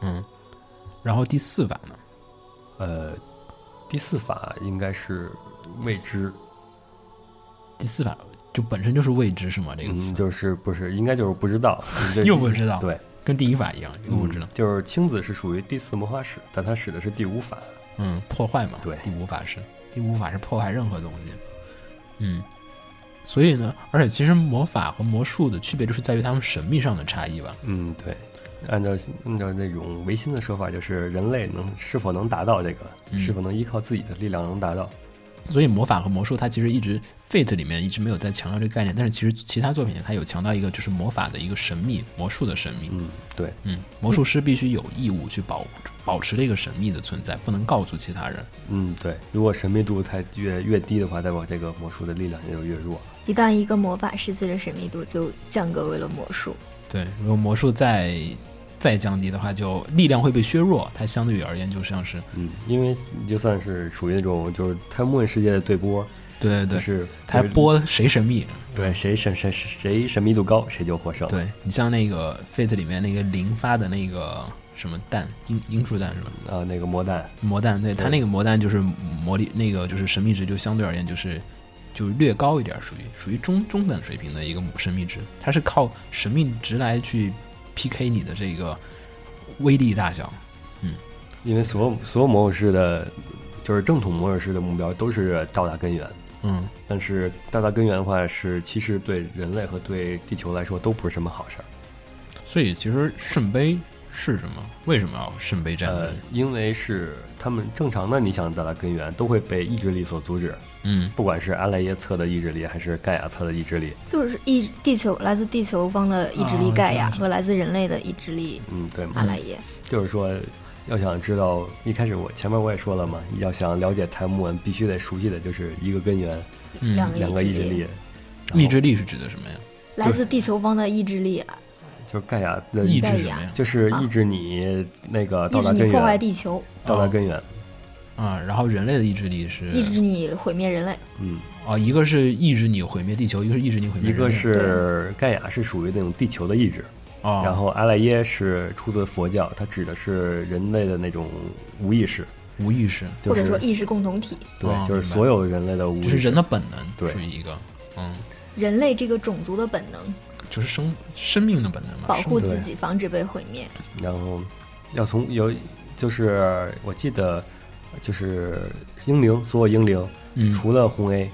嗯，然后第四法呢？呃，第四法应该是未知，第四法就本身就是未知是吗？这个嗯，词 [LAUGHS] 就是不是应该就是不知道，就是又不知道，对，嗯跟第一法一样，这个我知道。就是青子是属于第四魔法使，但他使的是第五法。嗯，破坏嘛，对第五法是，第五法是破坏任何东西。嗯，所以呢，而且其实魔法和魔术的区别就是在于它们神秘上的差异吧。嗯，对。按照按照那种唯心的说法，就是人类能是否能达到这个，嗯是否能依靠自己的力量能达到？所以魔法和魔术，它其实一直 Fate 里面一直没有在强调这个概念，但是其实其他作品它有强调一个，就是魔法的一个神秘，魔术的神秘。嗯，对，嗯，魔术师必须有义务去保保持这个神秘的存在，不能告诉其他人。嗯，对。如果神秘度太越越低的话，代表这个魔术的力量也就越弱。一旦一个魔法失去了神秘度，就降格为了魔术。对，如果魔术再再降低的话，就力量会被削弱，它相对于而言就像是嗯，因为你就算是属于那种就是太末日世界的对波，对对对，就是它播谁神秘？对谁神谁谁谁神秘度高，谁就获胜。，对你像那个 Fate 里面那个零发的那个什么蛋，樱樱树蛋是吧？呃，那个魔弹，魔弹，对它对那个魔弹就是魔力，那个就是神秘值，就相对而言就是就是略高一点，属于属于中中等水平的一个神秘值，它是靠神秘值来去 PK 你的这个威力大小。因为所有所有魔术师的，就是正统魔术师的目标都是到达根源，嗯，但是到达根源的话是，其实对人类和对地球来说都不是什么好事儿。所以其实圣杯是什么？为什么要圣杯战呃争？，因为是他们正常的，你想到达根源都会被意志力所阻止，嗯不管是阿莱耶测的意志力，还是盖亚测的意志力。就是意地球来自地球方的意志力哦啊盖这亚样子和来自人类的意志力嗯，对，阿莱耶。就是说，要想知道，一开始我前面我也说了嘛，要想了解泰木文，必须得熟悉的就是一个根源，两嗯，个两个意意志志力力。然后意志力是指的什么呀？嗯来自地球方的意志力，就是盖亚的意意志志，啊什么呀？就是抑制你那个意到志达啊你根破坏源，地球，到达根源。啊，然后人类的意志力是意志你毁灭人类。嗯，哦，一个是抑制你毁灭地球，一个是抑制你毁灭一人类，个是盖亚是属于那种地球的意志，哦，然后阿赖耶是出自佛教，它指的是人类的那种无意识，无意识，就或者是说意识共同体。哦对，就是明白所有人类的无就意是识。人的本能，对属于一个，嗯，人类这个种族的本能，就是生生命的本能嘛，保护生自对己，防止被毁灭。然后要从有，就是我记得就是英灵，所有英灵嗯，除了红 A，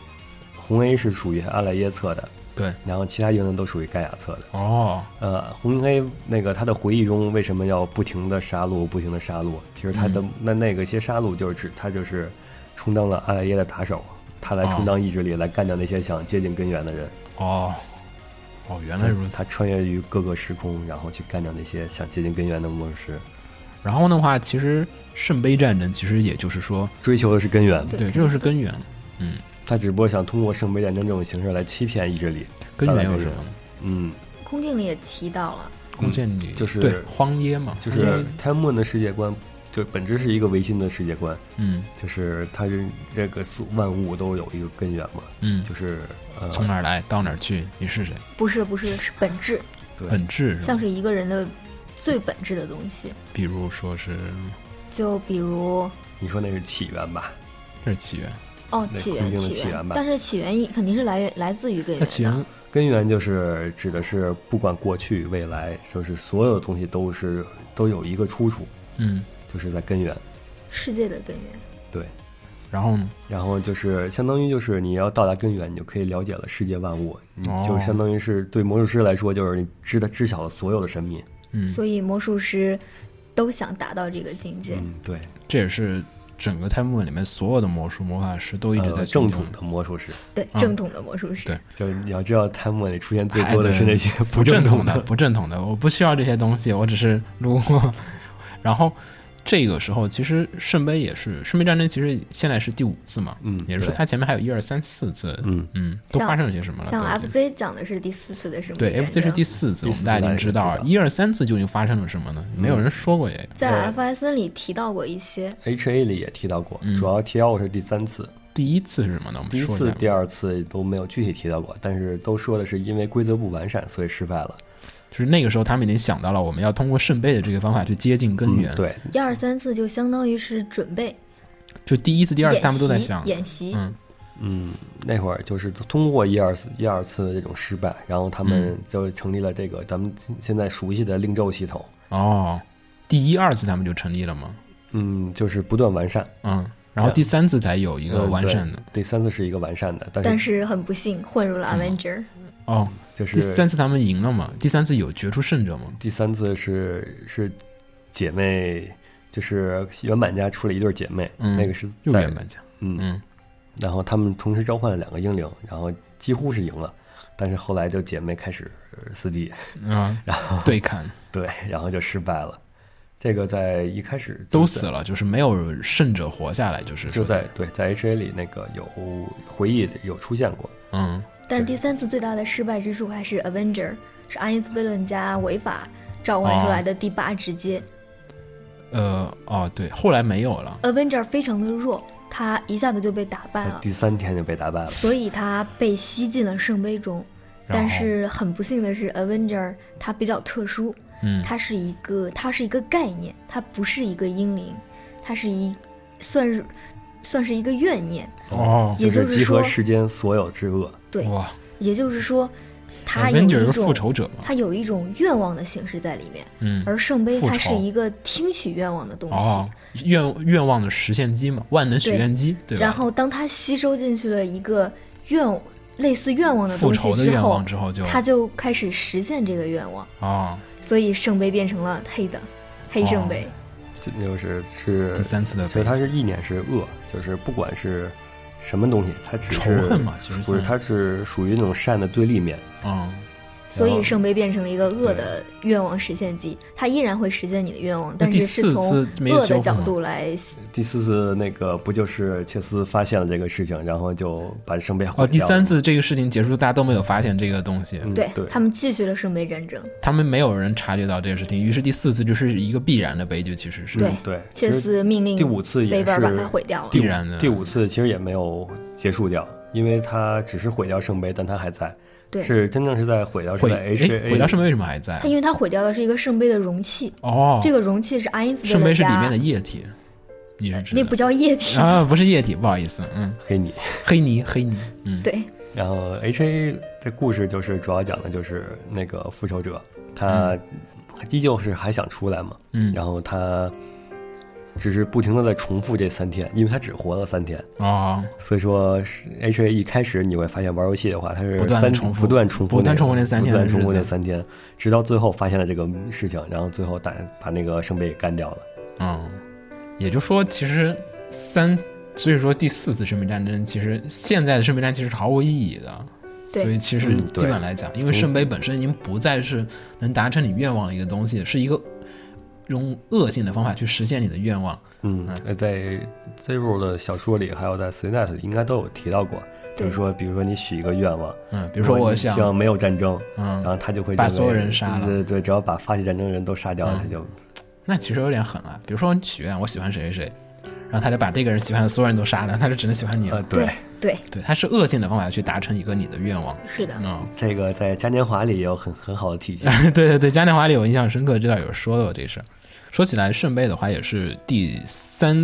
红 A 是属于阿赖耶测的，对，然后其他英灵都属于盖亚测的。哦，呃，红 A 那个他的回忆中为什么要不停的杀戮，不停的杀戮？其实他的、嗯那那个些杀戮就是指他就是充当了阿赖耶的打手，他来充当意志力、来干掉那些想接近根源的人。哦，哦，原来如他此。穿越于各个时空，然后去干掉那些想接近根源的魔术师，然后的话，其实圣杯战争其实也就是说，追求的是根源。对对，这就是根源，他只不过想通过圣杯战争这种形式来欺骗意志力。根源当然有根什源么呢？嗯，空镜里也提到了，弓箭女就是对荒野嘛，就荒是野泰莫的世界观，就本质是一个唯心的世界观，嗯就是它是这个所万物都有一个根源嘛，嗯就，是呃，从哪儿来到哪儿去，你是嗯谁，不是不是是本质，对本质是像吧？是一个人的最本质的东西。比如说是就比如你说那是起源吧？这是起源，哦，那起空源镜的起起源吧但是起源一肯定是来源来自于根源那的。起源根源就是指的是不管过去未来，就是所有东西都是都有一个出处，嗯，就是在根源。世界的根源。对，然后呢？然后就是相当于就是你要到达根源，你就可以了解了世界万物，你就哦相当于是对魔术师来说，就是你知道知晓了所有的神秘。嗯，所以魔术师都想达到这个境界。嗯，对，这也是整个泰晤里面所有的魔术魔法师都一直在尊呃正敬统的魔术师。对，嗯正统的魔术师。对就是你要知道，泰莫里出现最多的哎对是那些不正正统的的，，不正统的，我不需要这些东西，我只是路过。 [LAUGHS] 然后这个时候，其实圣杯也是圣杯战争，其实现在是第五次嘛，嗯也就是说对它前面还有一二三四次，嗯，嗯，都像发生了些什么了？像都已经 FC 讲的是第四次的是对 FC 是第四次，第我们四次大家已大经家知道啊，知道嗯一二三次究竟发生了什么呢？没有人说过也。在 FSN 里提到过一些， H A 里也提到过，嗯主要提到的是第三次，第一次是什么呢？我们第一说一次、下。第二次都没有具体提到过，但是都说的是因为规则不完善，所以失败了。就是那个时候，他们已经想到了我们要通过圣杯的这个方法去接近根源。嗯，，对，一二三次就相当于是准备就第一次、第二次他们都在演习想，演习，嗯，嗯，那会儿就是通过一二次一二次的这种失败，然后他嗯们就成立了这个咱们现在熟悉的令咒系统，哦，第一、二次他们就成立了嘛，嗯，就是不断完善，嗯，然后第三次才有一个嗯完善的，对第三次是一个完善的，但但是是很不幸混入了怎么 Avenger，哦，嗯就是第三次他们赢了嘛，第三次有决出胜者嘛，第三次是是姐妹，就是原版家出了一对姐妹，嗯那个是又在原版家，嗯，嗯，然后他们同时召唤了两个英灵，然后几乎是赢了，但是后来就姐妹开始呃撕逼，啊，对看 [LAUGHS] 对，然后就失败了。这个在一开始就都是死了，就是没有胜者活下来，就是就说在对在 H A 里那个有回忆有出现过，嗯但第三次最大的失败之处还是 Avenger，是阿因斯贝伦家违法召哦唤出来的第八直接。呃哦对，后来没有了， Avenger 非常的弱，他一下子就被打败他了，第三天就被打败了。所以他被吸进了圣杯中。然后但是很不幸的是，Avenger 它比较特殊，嗯它是一个它是一个概念，它不是一个英灵，它是一算是算是一个怨念，哦也就是就是集合说世间所有之恶，对，哇，呃也就是说，它有 Avenger 是一复种仇者嘛，它有一种愿望的形式在里面，嗯而圣杯复它是仇一个听取愿望的东西。哦愿愿望的实现机嘛，万能许愿机对吧？然后当它吸收进去了一个愿类似愿望的复东仇西的之愿后望，之后就它就开始实现这个愿望，哦，所以圣杯变成了黑的，黑圣哦杯。就就是是第三次的其实被它是意念是恶，就是不管是什么东西，它只是仇恨嘛，其实不是，它是属于那种善的对立面。嗯所然后以圣杯变成了一个恶的愿望实现机，它依然会实现你的愿望，但第是四是次从没有恶修的复角吗度来第四次那个不就是切斯发现了这个事情，然后就把圣杯毁哦，第掉了三次这个事情结束，大家都没有发现这个东西，嗯对对他们继续了圣杯战争。他们没有人察觉到这个事情，于是第四次就是一个必然的悲剧，其实是对对，切其实斯命令第五次 s 也 a b e 是把它毁掉了第。必然的第五次其实也没有结束掉，因为它只是毁掉圣杯，但它还在。对是真正是在毁掉是毁在 H 哎 A 毁掉圣杯为什么还在啊它？因为它毁掉的是一个圣杯的容器，哦，这个容器是爱因斯圣杯是里家面的液体，你是指那不叫液体，啊，不是液体，不好意思，嗯，黑你。黑泥黑泥，嗯， [LAUGHS] 对，然后 H A 的故事就是主要讲的就是那个复仇者，他依旧是还想出来嘛，嗯然后他只是不停的在重复这三天，因为他只活了三天，哦，所以说 H A 一开始你会发现玩游戏的话，它是不断地三重复不断重复不断重复那那个三天不的断日子重复那三天，直到最后发现了这个事情，然后最后打把那个圣杯给干掉了。嗯，也就说，其实三，所以说第四次圣杯战争，其实现在的圣杯战其实是毫无意义的。对所以其实嗯对基本来讲，因为圣杯本身已经不再是能达成你愿望的一个东西，是一个用恶性的方法去实现你的愿望。嗯，呃在 Zero 的小说里，还有在 c n e t 应该都有提到过，就对是说，比如说你许一个愿望，嗯，比如说我你想希，望没有战争，然嗯，后他就会把认为所有人杀了对对对，只要把发起战争的人都杀掉了，嗯他就那其实有点狠啊。比如说你许愿，我喜欢谁谁谁，然后他就把这个人喜欢的所有人都杀了，他就只能喜欢你呃了。对对。对，对，他是恶性的方法去达成一个你的愿望。是的，嗯，这个在嘉年华里也有很很好的体现， [LAUGHS] 对对对，嘉年华里我印象深刻，这段有说到这事儿。说起来，圣杯的话也是第三。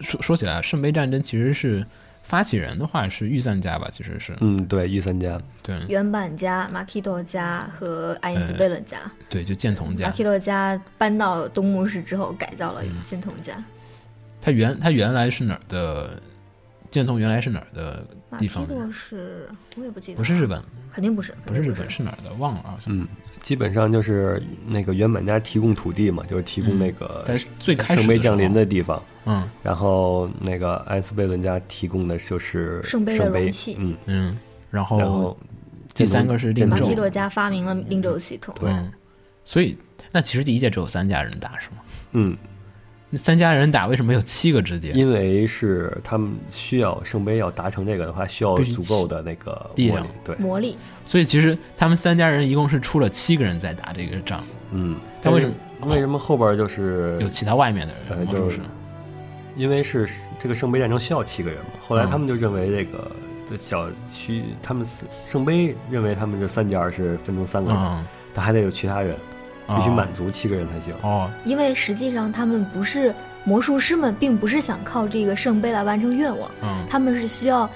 说说起来，啊圣杯战争其实是发起人的话是御三家吧，其实是 [LAUGHS] 嗯，对，御三家，对原版家、马基多家和爱因斯贝伦家。对，就剑童马哎家。嗯基多家搬到东牧市之后，改造了金童家。他原他原来是哪儿的？剑童原来是哪儿的马地基方多是我也不记得，不是日，本，肯定不是，不是肯定日不本，是哪儿的？忘了啊。嗯，基本上就是那个原本家提供土地嘛，就是提供那个但是嗯最开始圣杯降临的时的地方，候，嗯然后那个埃斯贝伦家提供的就是圣杯的容器嗯，嗯，然然后后第三个是令马这咒基种，多家发明了令咒系统。对嗯，所以那其实第一届只有三家人打是吗？嗯，那三家人打为什么有七个直接？因为是他们需要圣杯要达成这个的话，需要必须足够的那个力魔量嗯对，魔力，所以其实他们三家人一共是出了七个人在打这个仗，嗯，他为什么但是为什么后边就是有其他外面的人，呃魔就术是师因为是这个圣杯战争需要七个人嘛，后来嗯他们就认为这个这小区他们四圣杯认为他们这三家是分成三个人，嗯，但还得有其他人，必须哦满足七个人才行。哦，因为实际上他们不是魔术师们，并不是想靠这个圣杯来完成愿望，嗯他们是需要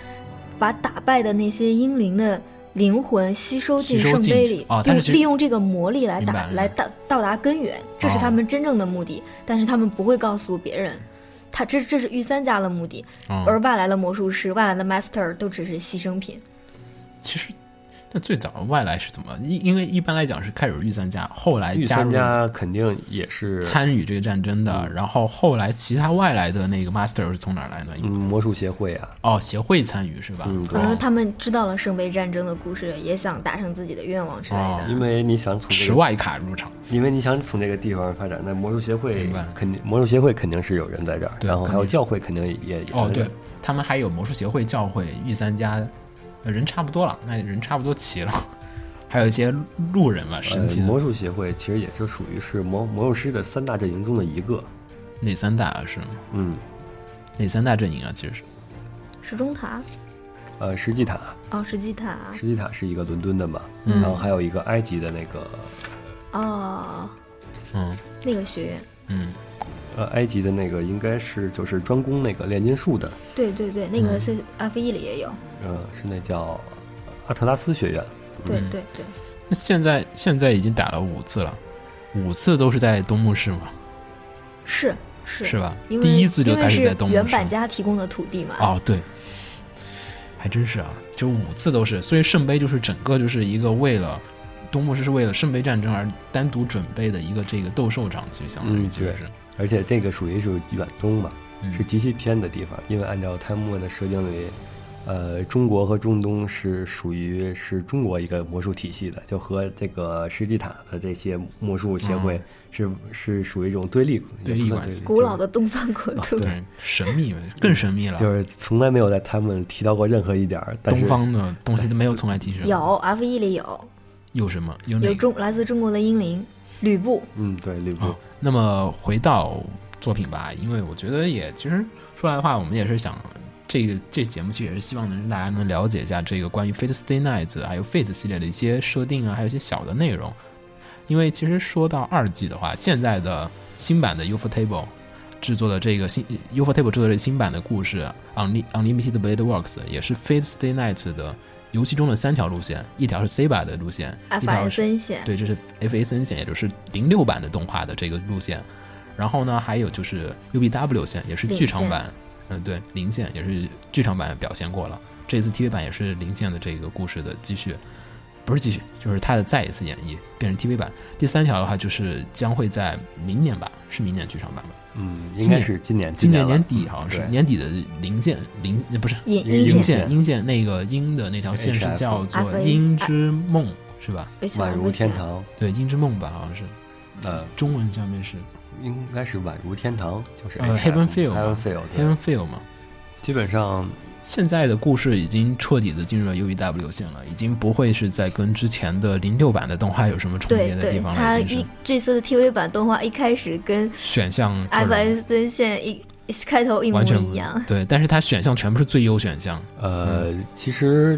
把打败的那些英灵的灵魂吸收进吸收圣进杯去里，哦它用是去利用这个魔力来明白啊打了来到到达根源，这是哦他们真正的目的。但是他们不会告诉别人，他这这是御三家的目的，而嗯，外来的魔术师、外来的 master 都只是牺牲品。其实那最早外来是怎么？因因为一般来讲是开始御三家，后来御加三入家嗯肯定也是，参与这个战争的，然后后来其他外来的那个 master 是从哪儿来的？嗯，魔术协会啊，哦，协会参与是吧？嗯可能他们知道了圣杯战争的故事，也想达成自己的愿望之类哦的。因为你想从这持个外卡入场，因为你想从这个地方发展，那魔术协会明白肯定魔术协会肯定是有人在这儿，对然后还肯有定教会肯定也也哦，在这儿对，他们还有魔术协会、教会、御三家，呃人差不多了，那人差不多齐了，还有一些路人嘛，神奇呃、的、魔术协会其实也就属于是魔魔术师的三大阵营中的一个，哪三大啊？是吗嗯，哪三大阵营啊？其实是时钟塔，呃，石祭塔，哦，石祭塔，石祭塔是一个伦敦的嘛，嗯然后还有一个埃及的那个哦，嗯那个学院，嗯，呃，埃及的那个应该是就是专攻那个炼金术的，对对对，那嗯个 C F E 里也有，呃，是那叫阿特拉斯学院，对嗯对对，那现在现在已经打了五次了，五次都是在东牧市嘛，是是是吧？因为第一次就因为开始是在东牧市原版家提供的土地嘛，哦，对，还真是啊，就五次都是，所以圣杯就是整个就是一个为了东牧师是为了圣杯战争而单独准备的一个这个斗兽场，其实相当于嗯其实对是，而且这个属于是远东嘛，嗯是极其偏的地方，因为按照泰晤的设定里，呃，中国和中东是属于是中国一个魔术体系的，就和这个石祭塔的这些魔术协会是、是属于一种对立嗯对立关系古老的东方国度，哦对神秘更神秘了，就是从来没有在他们提到过任何一点儿，但东是方的东西都没有从来提升， [LAUGHS] 有 F E 里有有什么有哪有个中来自中国的英灵吕布，嗯，对，吕布，啊，那么回到作品吧，因为我觉得也其实说来话，我们也是想这个这节目其实也是希望能让大家能了解一下这个关于 Fate Stay Night 还有 Fate 系列的一些设定啊，还有一些小的内容。因为其实说到二季的话，现在的新版的 UFO Table 制作的这个新 UFO Table 制作的新版的故事 Unli- Unlimited Blade Works 也是 Fate Stay Night 的游戏中的三条路线，一条是 C 版的路线，一 F 条 I 是森线，对，这是 F A 森线，也就是零六版的动画的这个路线。然后呢，还有就是 U B W 线，也是零剧场线版，嗯，对，零线也是剧场版表现过了。这次 T V 版也是零线的这个故事的继续，不是继续，就是它的再一次演绎，变成 T V 版。第三条的话，就是将会在明年吧，是明年剧场版吧？嗯，今应该年是今年，今年嗯了年底好像是对年底的零线零，呃不是银一个阴阴阴线，线阴线那个阴的那条线是 HF 叫做 FA 《阴之梦》是吧？宛如天，堂，对，《阴之梦》吧，好像是呃，中文上面是。应该是宛如天堂，就是呃 HF Heaven Feel 嘛 Heaven Feel，对 Heaven Feel 嘛。基本上现在的故事已经彻底的进入了 UEW 线了，已经不会是在跟之前的零六版的动画有什么重对叠的对地，方他了，已经一是这次的 T V 版动画一开始跟选项 F 各 I 森线一一开头一模完全不一样。对，但是它选项全部是最优选项，呃，嗯其实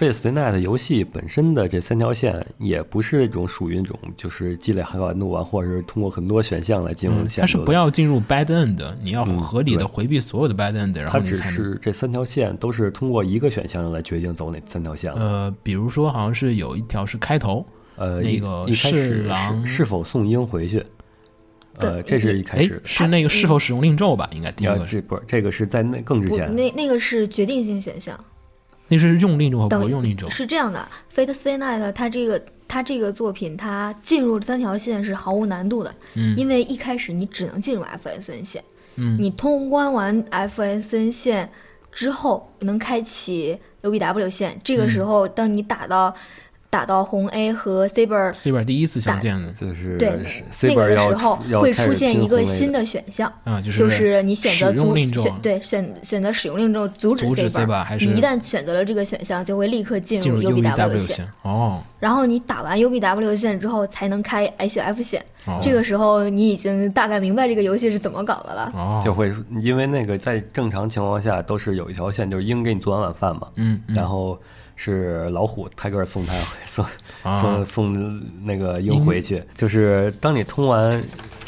《Face the Night》游戏本身的这三条线也不是那种属于那种就是积累好感度啊，或者是通过很多选项来进行嗯，限它是制的。不要进入 bad end 的，你要嗯合理的对回避所有的 bad end，然它后你只才能。是这三条线都是通过一个选项来决定走哪三条线了。呃，比如说好像是有一条是开头，呃，那一个一开侍始郎是是否送鹰回去？呃，这对是一开哎始，。是那个是否使用令咒吧？应该第一啊，个是，这不是这个是在那更之不，前，那那个是决定性选项，那是用令咒和等不用令咒。是这样的，《Fate Stay Night》它这个它这个作品，它进入三条线是毫无难度的，嗯因为一开始你只能进入 FSN 线，嗯你通关完 FSN 线之后能开启 UBW 线，嗯这个时候当你打到、打到红 A 和 Saber C 版第一次相见的，就是对 C 那本个要时候要会开出始现拼一个红 A 新的，的选项。啊，就是就是你选择使用阻令咒选对选选择使用令咒阻止阻止 C Saber 吧还，是你一旦选择了这个选项，就会立刻进进入 U B UEW 线，线哦。然后你打完 U B W 线之后才能开 H F 线。哦这个时候你已经大概明白这个游戏是怎么搞的了。哦，就会因为那个在正常情况下都是有一条线，就是鹰给你做完晚饭嘛，嗯，嗯然后是老虎泰戈尔送他回送啊送送那个鹰回去，就是当你通完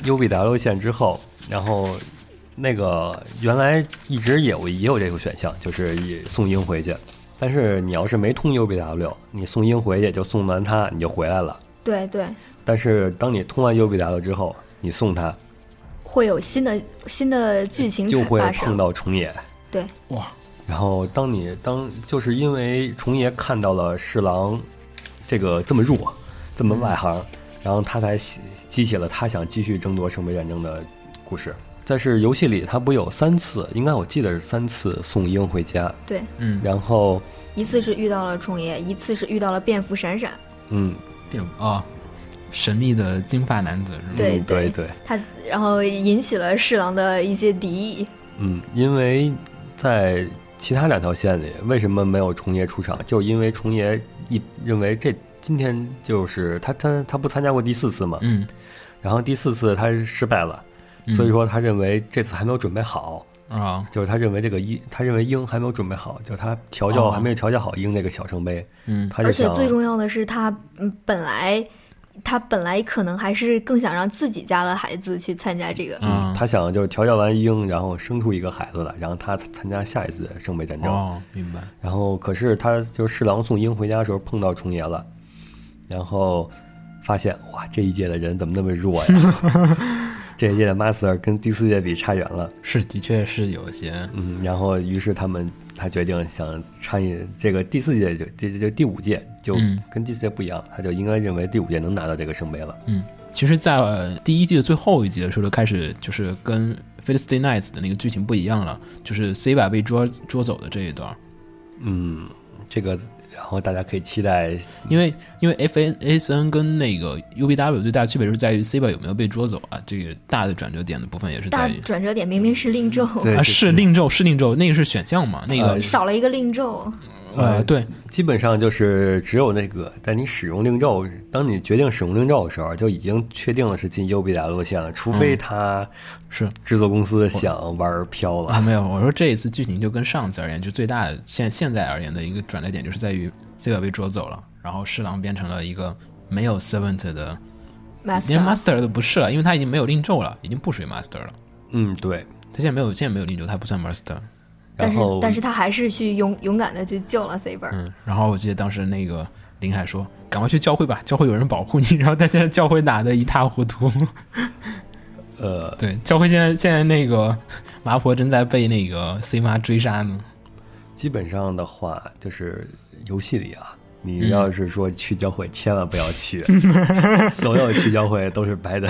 UBW 线之后，然后那个原来一直有也有这个选项，就是也送鹰回去，但是你要是没通 UBW，你送鹰回去就送完它，你就回来了。对对，但是当你通完 UBW 之后，你送它会有新的新的剧情就会发碰生。到重野。对，哇，然后当你当就是因为重爷看到了侍郎这个这么弱，这么外嗯行，然后他才喜激起了他想继续争夺圣杯战争的故事。但是游戏里他不有三次，应该我记得是三次送鹰回家，对，嗯，然后一次是遇到了虫爷，一次是遇到了蝙蝠闪闪。嗯变啊，神秘的金发男子是吗？对嗯对对对他然后引起了侍郎的一些敌意。嗯，因为在其他两条线里，为什么没有重爷出场？就因为重爷一认为这今天就是他他他不参加过第四次嘛，嗯，然后第四次他失败了，嗯所以说他认为这次还没有准备好，啊，就是他认为这个鹰，他认为鹰还没有准备好，就是他调教哦还没有调教好鹰这个小圣杯，嗯他就而且想最重要的是他，嗯本来他本来可能还是更想让自己家的孩子去参加这嗯个。啊，他想就是调教完鹰，然后生出一个孩子来，然后他参加下一次的圣杯战争，哦，明白，然后可是他就是侍郎送鹰回家的时候碰到重爷了，然后发现哇这一届的人怎么那么弱呀？ [LAUGHS] 这一届的 master 跟第四届比差远了，是的确是有些，嗯，然后于是他们他决定想参与这个第四届就这就就第五届就嗯跟第四届不一样，他就应该认为第五届能拿到这个圣杯嗯了。其实，在呃第一季的最后一集的时候，就开始就是跟《f i l i s t i n i g h t 的那个剧情不一样了，就是 C 把被捉捉走的这一段，嗯，这个然后大家可以期待，因为因为 F N A S N 跟那个 U B W 最大的区别就是在于 C 把有没有被捉走啊，这个大的转折点的部分也是大在于转折点明明是令咒，嗯对啊是令咒是令咒，那个是选项嘛，那个呃少了一个令咒。呃对，基本上就是只有那个在你使用令咒，当你决定使用令咒的时候，就已经确定了是进 UBW 线了，除非他是制作公司想玩飘啊，了。没有，我说这一次剧情就跟上次而言，就最大的现现在而言的一个转折点，就是在于 C 把被捉走了，然后侍郎变成了一个没有 servant 的，连 master， master 都不是了，因为他已经没有令咒了，已经不属于 master 了。嗯，对。他现在没有，现在没有令咒，他不算 master。但然是后但是他还是去勇勇敢的去救了 Saber。嗯，然后我记得当时那个林海说：“赶快去教会吧，教会有人保护你。” [LAUGHS] 然后他现在教会打得一塌糊涂。 [LAUGHS] 呃，对，教会现在现在那个麻婆正在被那个 C 妈追杀呢。基本上的话就是游戏里啊，你要是说去教会，千万不要 [LAUGHS] 去，所有去教会都是白 [LAUGHS] 的。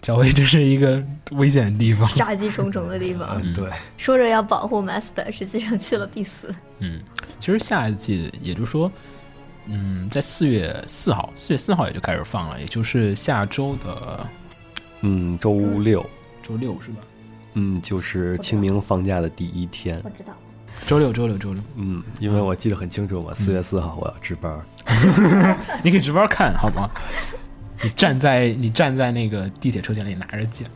教会这是一个危险的地方。杀机重重的地方，嗯，对，说着要保护 Master，实际上去了必死。嗯，其实下一季，也就是说，嗯，在四月四号，四月四号也就开始放了，也就是下周的嗯，周六，周六是吧？嗯，就是清明放假的第一天。我知道，周六，周六，周六，嗯，因为我记得很清楚，我四月四号我要值班儿。你可以直播看好吗？你站在你站在那个地铁车厢里拿着剑，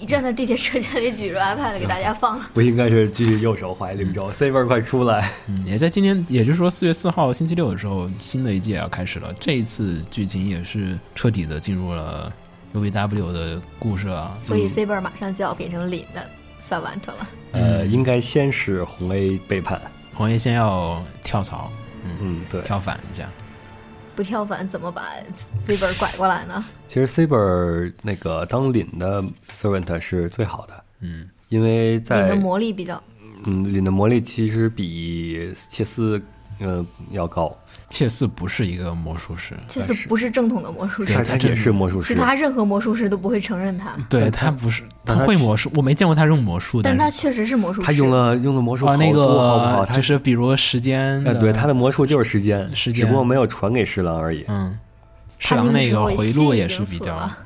你站在地铁车间里举着 iPad 给大家放，不应该是继续右手怀灵州，Saber 快出来！嗯，也在今天，也就是说四月四号星期六的时候，新的一季也要开始了。这一次剧情也是彻底的进入了 UVW 的故事啊，所嗯以 Saber 马上就要变成林的 Savant 了。呃，应该先是红 A 背叛，黄爷先要跳槽，嗯，对。跳反一下，不跳反怎么把 Saber 拐过来呢？其实 Saber 那个当领的 Servant 是最好的，嗯，因为你的在魔力比较，嗯领的魔力其实比切斯呃要高，切四不是一个魔术师，就是不是正统的魔术但师，是他也是魔术其师，他任何魔术师都不会承认他，对但他他不是，他但他会魔术，我没见过他用魔术，但他是确实是魔术师。他用了用的魔术啊好那多好不好？个他就是比如时间呃，对他的魔术就是时间，时只间不过没有传给侍郎而已。嗯，侍他郎那个那个回时候路也也吸是引比死较了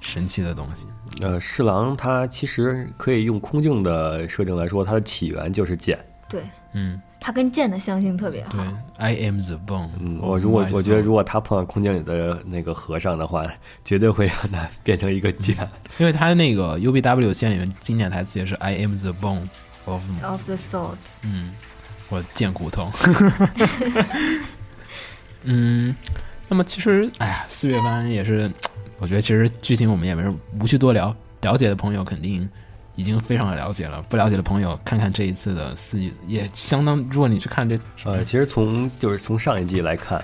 神奇的东西，呃，侍郎他其实可以用空镜的设定来说，它的起源就是剑。对嗯，他跟剑的相性特别对好， ，I am the bone，嗯， of 我如果 myself 我觉得，如果他碰上空间里的那个和尚的话，绝对会让他 [LAUGHS] 变成一个剑。因为他那个 UBW 线里面经典台词也是 I am the bone of， ，of the soul。嗯，我贱骨 [LAUGHS] 头，嗯，那么其实，哎呀，四月番也是，我觉得其实剧情我们也没什么无需多聊，了解的朋友肯定已经非常的了解了。不了解的朋友，看看这一次的四季也相当。如果你去看这，呃，其实从就是从上一季来看，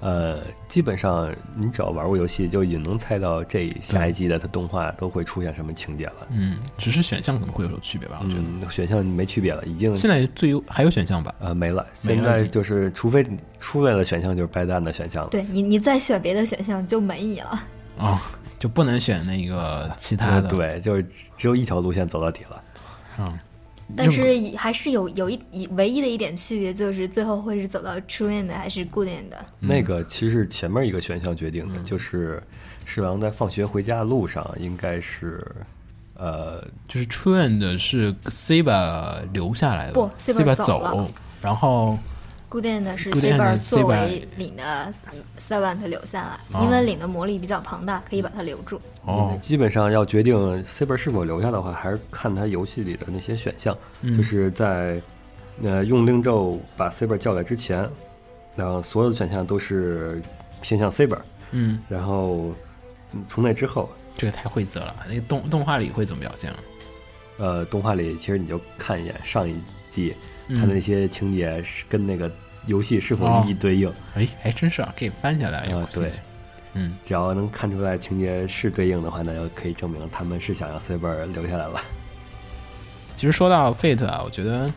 呃，基本上你只要玩过游戏，就也能猜到这一下一季的它动画都会出现什么情节了。嗯，只是选项可能会有所区别吧。我觉得、嗯，选项没区别了，已经现在最优还有选项吧？呃没了。没了现已在经就是，除非你出来了选项就是掰蛋的选项了。对你，你再选别的选项就没你了。啊、就不能选那个其他呃，的。，啊对，就是只有一条路线走到底了。嗯，但是也还是有有一一唯一的一点区别就是最后会是走到 true end 还是 good end 的。那个其实是前面一个选项决定的，就是侍郎在放学回家的路上，应该是，呃，就是 True End 是 Siba 留下来的，不 Siba Saber 走走了然后 good end 是 Good end saber 是作为领的 servant 留下来，哦因为领的魔力比较庞大，可以把它留住。哦，基本上要决定 Saber 是否留下的话，还是看他游戏里的那些选项，就是在呃用令咒把 Saber 叫来之前，然后所有的选项都是偏向 Saber，嗯，然后嗯从那之后，这个太晦涩了。那个动动画里会怎么表现啊？呃，动画里其实你就看一眼上一季，它的那些情节是跟那个游戏是否一一对应。哎，还真是啊，可以翻下来。有啊对兴趣嗯，只要能看出来情节是对应的话，那就可以证明他们是想让 Saber 留下来了。其实说到 Fate 啊，我觉得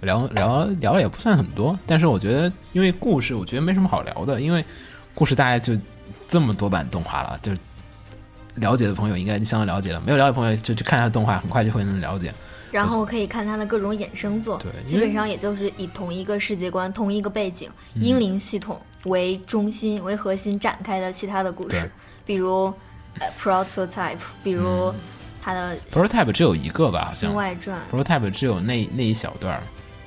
聊聊聊了也不算很多，但是我觉得因为故事，我觉得没什么好聊的，因为故事大概就这么多版动画了，就是了解的朋友应该相当了解了，没有了解的朋友就去看一下动画，很快就会能了解。然后可以看它的各种衍生作对因为，嗯基本上也就是以同一个世界观、同一个背景、英灵系统为中心、为核心展开的其他的故对事，比如呃 prototype，比嗯如它的 Prototype 只有一个吧，好像星外传， Prototype 只有那那一小段儿，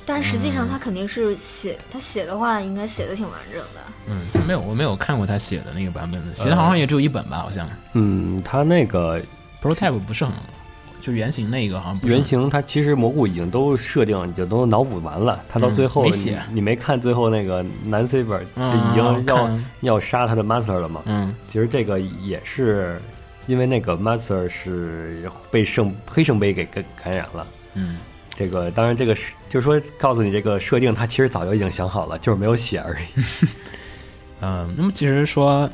但实嗯际上它肯定是写，它写的话应该写的挺完整的。嗯，他没有，我没有看过他写的那个版本呃的，写的好像也只有一本吧，好像嗯，他那个 Prototype 不是很，就原型那个好像不是很原型，它其实蘑菇已经都设定，已经都脑补完了。他到嗯最后，没你写你没看最后那个男 Saber 就嗯已经要、看要杀他的 Master 了吗？嗯其实这个也是因为那个 Master 是被圣黑圣杯给给感染了。嗯这个当然，这个是就是说告诉你这个设定，他其实早就已经想好了，就是没有写而已。嗯，那么其实说，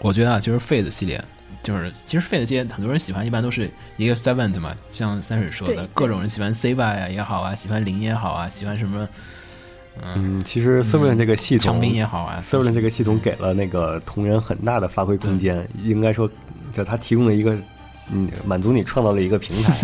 我觉得啊，就是 Fate 系列，就是其实 Fate 系列很多人喜欢，一般都是一个 Seventh 嘛，像三水说的对，各种人喜欢 Seva 呀也好啊，喜欢零也好啊，喜欢什么嗯，其实 s e v e n 这个系统枪兵也好啊 s e v e n 这个系统给了那个同人很大的发挥空间，嗯应该说，就它提供了一个，嗯，满足你创造了一个平台，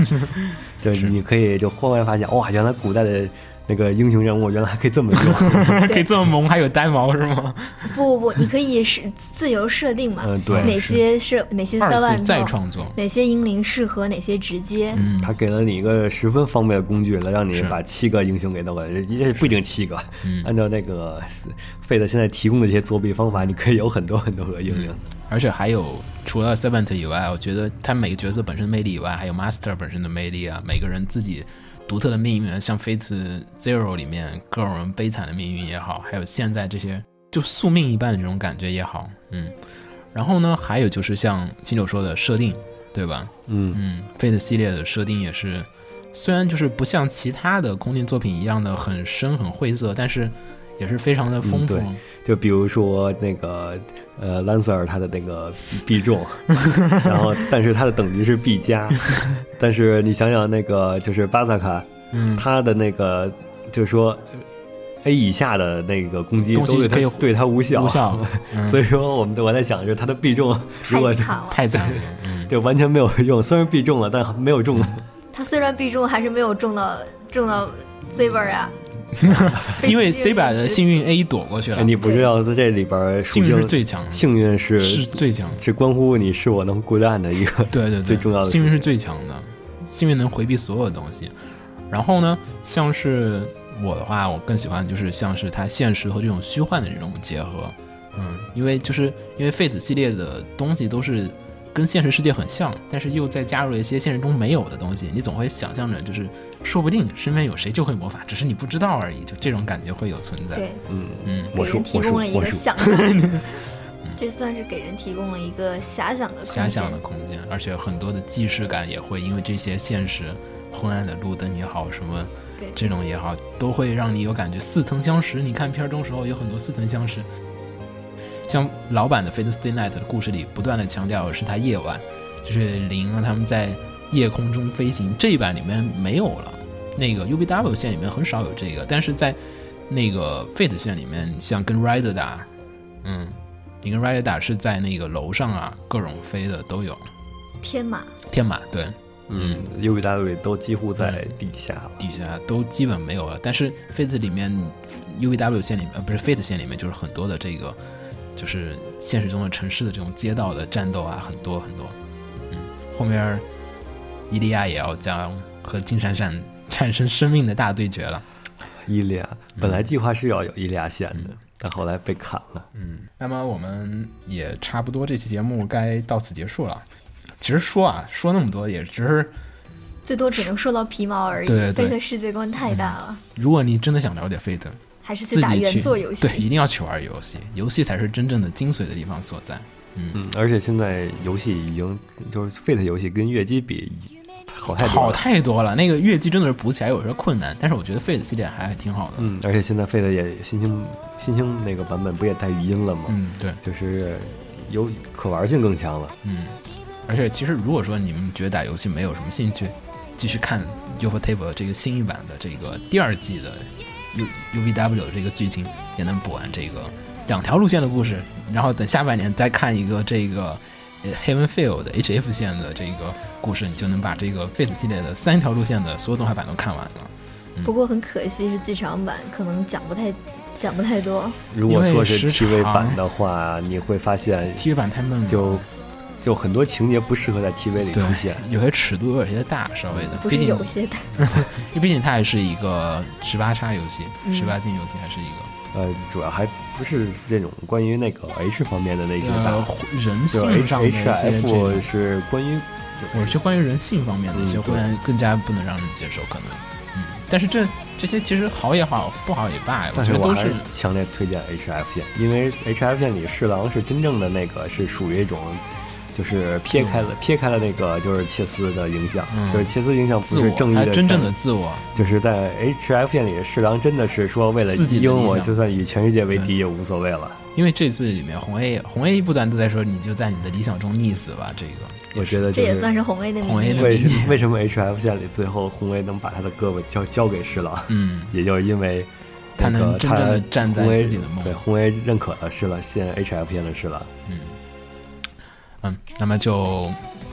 [LAUGHS] 就是你可以就忽然发现，哇，原来古代的那个英雄人物原来还可以这么用，可以这么萌，还有呆毛是吗？不不不，你可以是自由设定嘛？嗯，对，哪些是哪些二三次万再创作，哪些英灵适合，哪些直接？ [LAUGHS] 嗯，它给了你一个十分方便的工具，来让你是把七个英雄给弄过来，也不一定七个，嗯按照那个费的现在提供的这些作弊方嗯法，你可以有很多很多个英灵。而且还有除了 Seventh 以外，我觉得他每个角色本身的魅力以外，还有 Master 本身的魅力啊，每个人自己独特的命运啊，像 Fate Zero 里面各种人悲惨的命运也好，还有现在这些就宿命一般的这种感觉也好，嗯。然后呢，还有就是像金九说的设定，对吧？嗯嗯，Fate 系列的设定也是，虽然就是不像其他的空间作品一样的很深很晦涩，但是也是非常的丰富。对就比如说那个呃，兰瑟尔他的那个必中， [LAUGHS] 然后但是他的等级是 B 加，但是你想想那个就是巴萨卡，嗯，他的那个就是说呃 A 以下的那个攻击攻都击对可以他对他无 [LAUGHS] 效，无效嗯 [LAUGHS] 所以说我们我在想就是他的必中如太果 [LAUGHS] 惨了！太赞了，嗯。就完全没有用，虽然必中了，但没有中。他虽然必中，还是没有中到中到 [LAUGHS] Saber 啊。被因为幸 C 运版的之幸运 A 躲过去了，哎你不是要在这里边儿幸属运性是最强，幸运是是最强，是关乎你是否能过蛋的一个。对对对，最重要的幸运是属性最强的，幸运能回避所有的东西。然后呢，像是我的话，我更喜欢就是像是它现实和这种虚幻的这种结合，嗯，因为就是因为废子系列的东西都是跟现实世界很像，但是又再加入了一些现实中没有的东西，你总会想象着就是说不定身边有谁就会魔法，只是你不知道而已，就这种感觉会有存在。对，嗯，嗯，给魔术人提魔术供了一魔个术。想象， [LAUGHS] 这算是给人提供了一个遐想的空遐间想。的空间，而且很多的既视感也会因为这些现实昏暗的路灯也好，什么对这种也好，都会让你有感觉似曾相识。你看片儿中时候有很多似曾相识，像老版的《Fate/Stay Night》的故事里，不断的强调是它夜晚，就是林啊他们在夜空中飞行。这一版里面没有了，那个 UBW 线里面很少有这个，但是在那个 Fate 线里面，像跟 Rider 打，嗯，你跟 Rider 打是在那个楼上啊，各种飞的都有。天马，天马对嗯，U B W 都几乎在地下了。底下都基本没有了，但是 Fate 里面 UVW 线里面呃不是 Fate 线里面就是很多的这个就是现实中的城市的这种街道的战斗啊，很多很多。嗯，后面伊利亚也要将和金闪闪产生生命的大对决了。伊利嗯亚本来计划是要有伊利亚线的，但后来被砍了。嗯，那么我们也差不多这期节目该到此结束了。其实说啊说那么多，也只是最多只能说到皮毛而已。对对对 Fate 世界观太大了，如果你真的想了解 Fate，还是自去打己去原作游戏。对，一定要去玩游戏，游戏才是真正的精髓的地方所在。嗯，而且现在游戏已经就是 Fate 游戏跟月姬比好太多好了。太多了。那个月季真的是补起来有时候困难，但是我觉得 Fate 系列还挺好的。嗯，而且现在 Fate 也新兴新兴那个版本不也带语音了吗？嗯，对，就是有可玩性更强了。嗯，而且其实如果说你们觉得打游戏没有什么兴趣，继续看 u f o Table 这个新一版的这个第二季的 U U V W 这个剧情，也能补完这个两条路线的故事。然后等下半年再看一个这个呃 Heaven Field H F 线的这个故事，你就能把这个 Fate 系列的三条路线的所有动画版都看完了。不过很可惜是剧场版，可能讲不太讲不太多。如果说是因为时 TV 长版的话，你会发现 TV 版太闷了，就就很多情节不适合在 TV 里对出现。有些尺度有些大，稍微的，不毕是竟有些大，因为毕竟它还是一个十八杀游戏，嗯十八禁游戏还是一个呃，主要还不是这种关于那个 H 方面的那些大呃人就性 H 上的一 H 些这 F 种。是关于我是关于人性方面的一些，嗯对会让更加不能让人接受，可能。嗯，但是这这些其实好也好，不好也罢，我但觉是得我都还是是强烈推荐 H F 线，因为 H F 线里侍郎是真正的那个是属于一种，就是撇开了撇开了那个就是切斯的影响，嗯就是切斯影响不自是正义我，还的真正战的自我。就是在 H F 线里侍郎真的是说为了自己的因理我想就算与全世界为敌也无所谓了。因为这次里面红 A 红 A 不断都在说，你就在你的理想中溺死吧，这个。我觉得这就也算是是红 A 的红 A 名的义。 [LAUGHS] 为什为什么 H F 线里最后红卫能把他的胳膊交交给侍郎，嗯， [LAUGHS] 也就是因为他那能个真正地站在红卫自己的梦对红卫认可了侍郎，现 H F 线的侍郎。嗯，嗯，那么就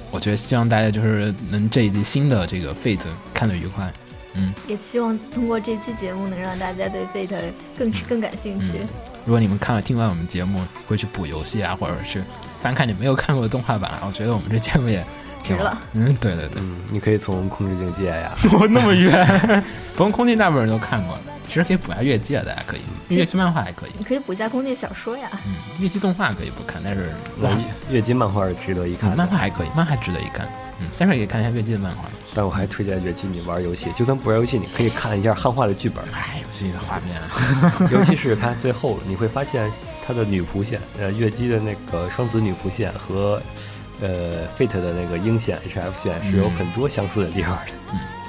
我觉得希望大家就是能这一季新的这个 Fate 看得愉快。嗯，也希望通过这期节目能让大家对 Fate 嗯更更感兴趣。如果你们看了听完我们节目，会去补游戏啊，或者是翻看你没有看过的动画版啊，我觉得我们这节目也挺好值了。嗯，对对对，嗯，你可以从控制境界呀， [LAUGHS] 我那么远， [LAUGHS] 不用空气大部分人都看过了，其实可以补下月季啊，大家可以，月季漫画还可以，你可以补一下空地小说呀，嗯，月季动画可以不看，但是那嗯月姬漫画是值得一看漫的。画还可以，漫画值得一看。嗯，三水可以看一下月季的漫画。但我还推荐月姬你玩游戏，就算不玩游戏，你可以看一下汉化的 [LAUGHS] 剧本，哎，游戏的画面啊，尤其是他最后你会发现他的女仆线，呃，月姬的那个双子女仆线和。呃，Fate 的那个鹰线、HF 线是有嗯很多相似的地方的。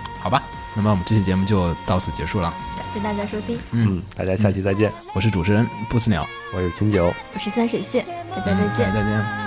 [LAUGHS] 好吧，那么我们这期节目就到此结束了。感谢大家收听，嗯嗯，大家下期再见，我是主持人不死鸟，我是秦九。我是三水蟹，大家再嗯见。再见。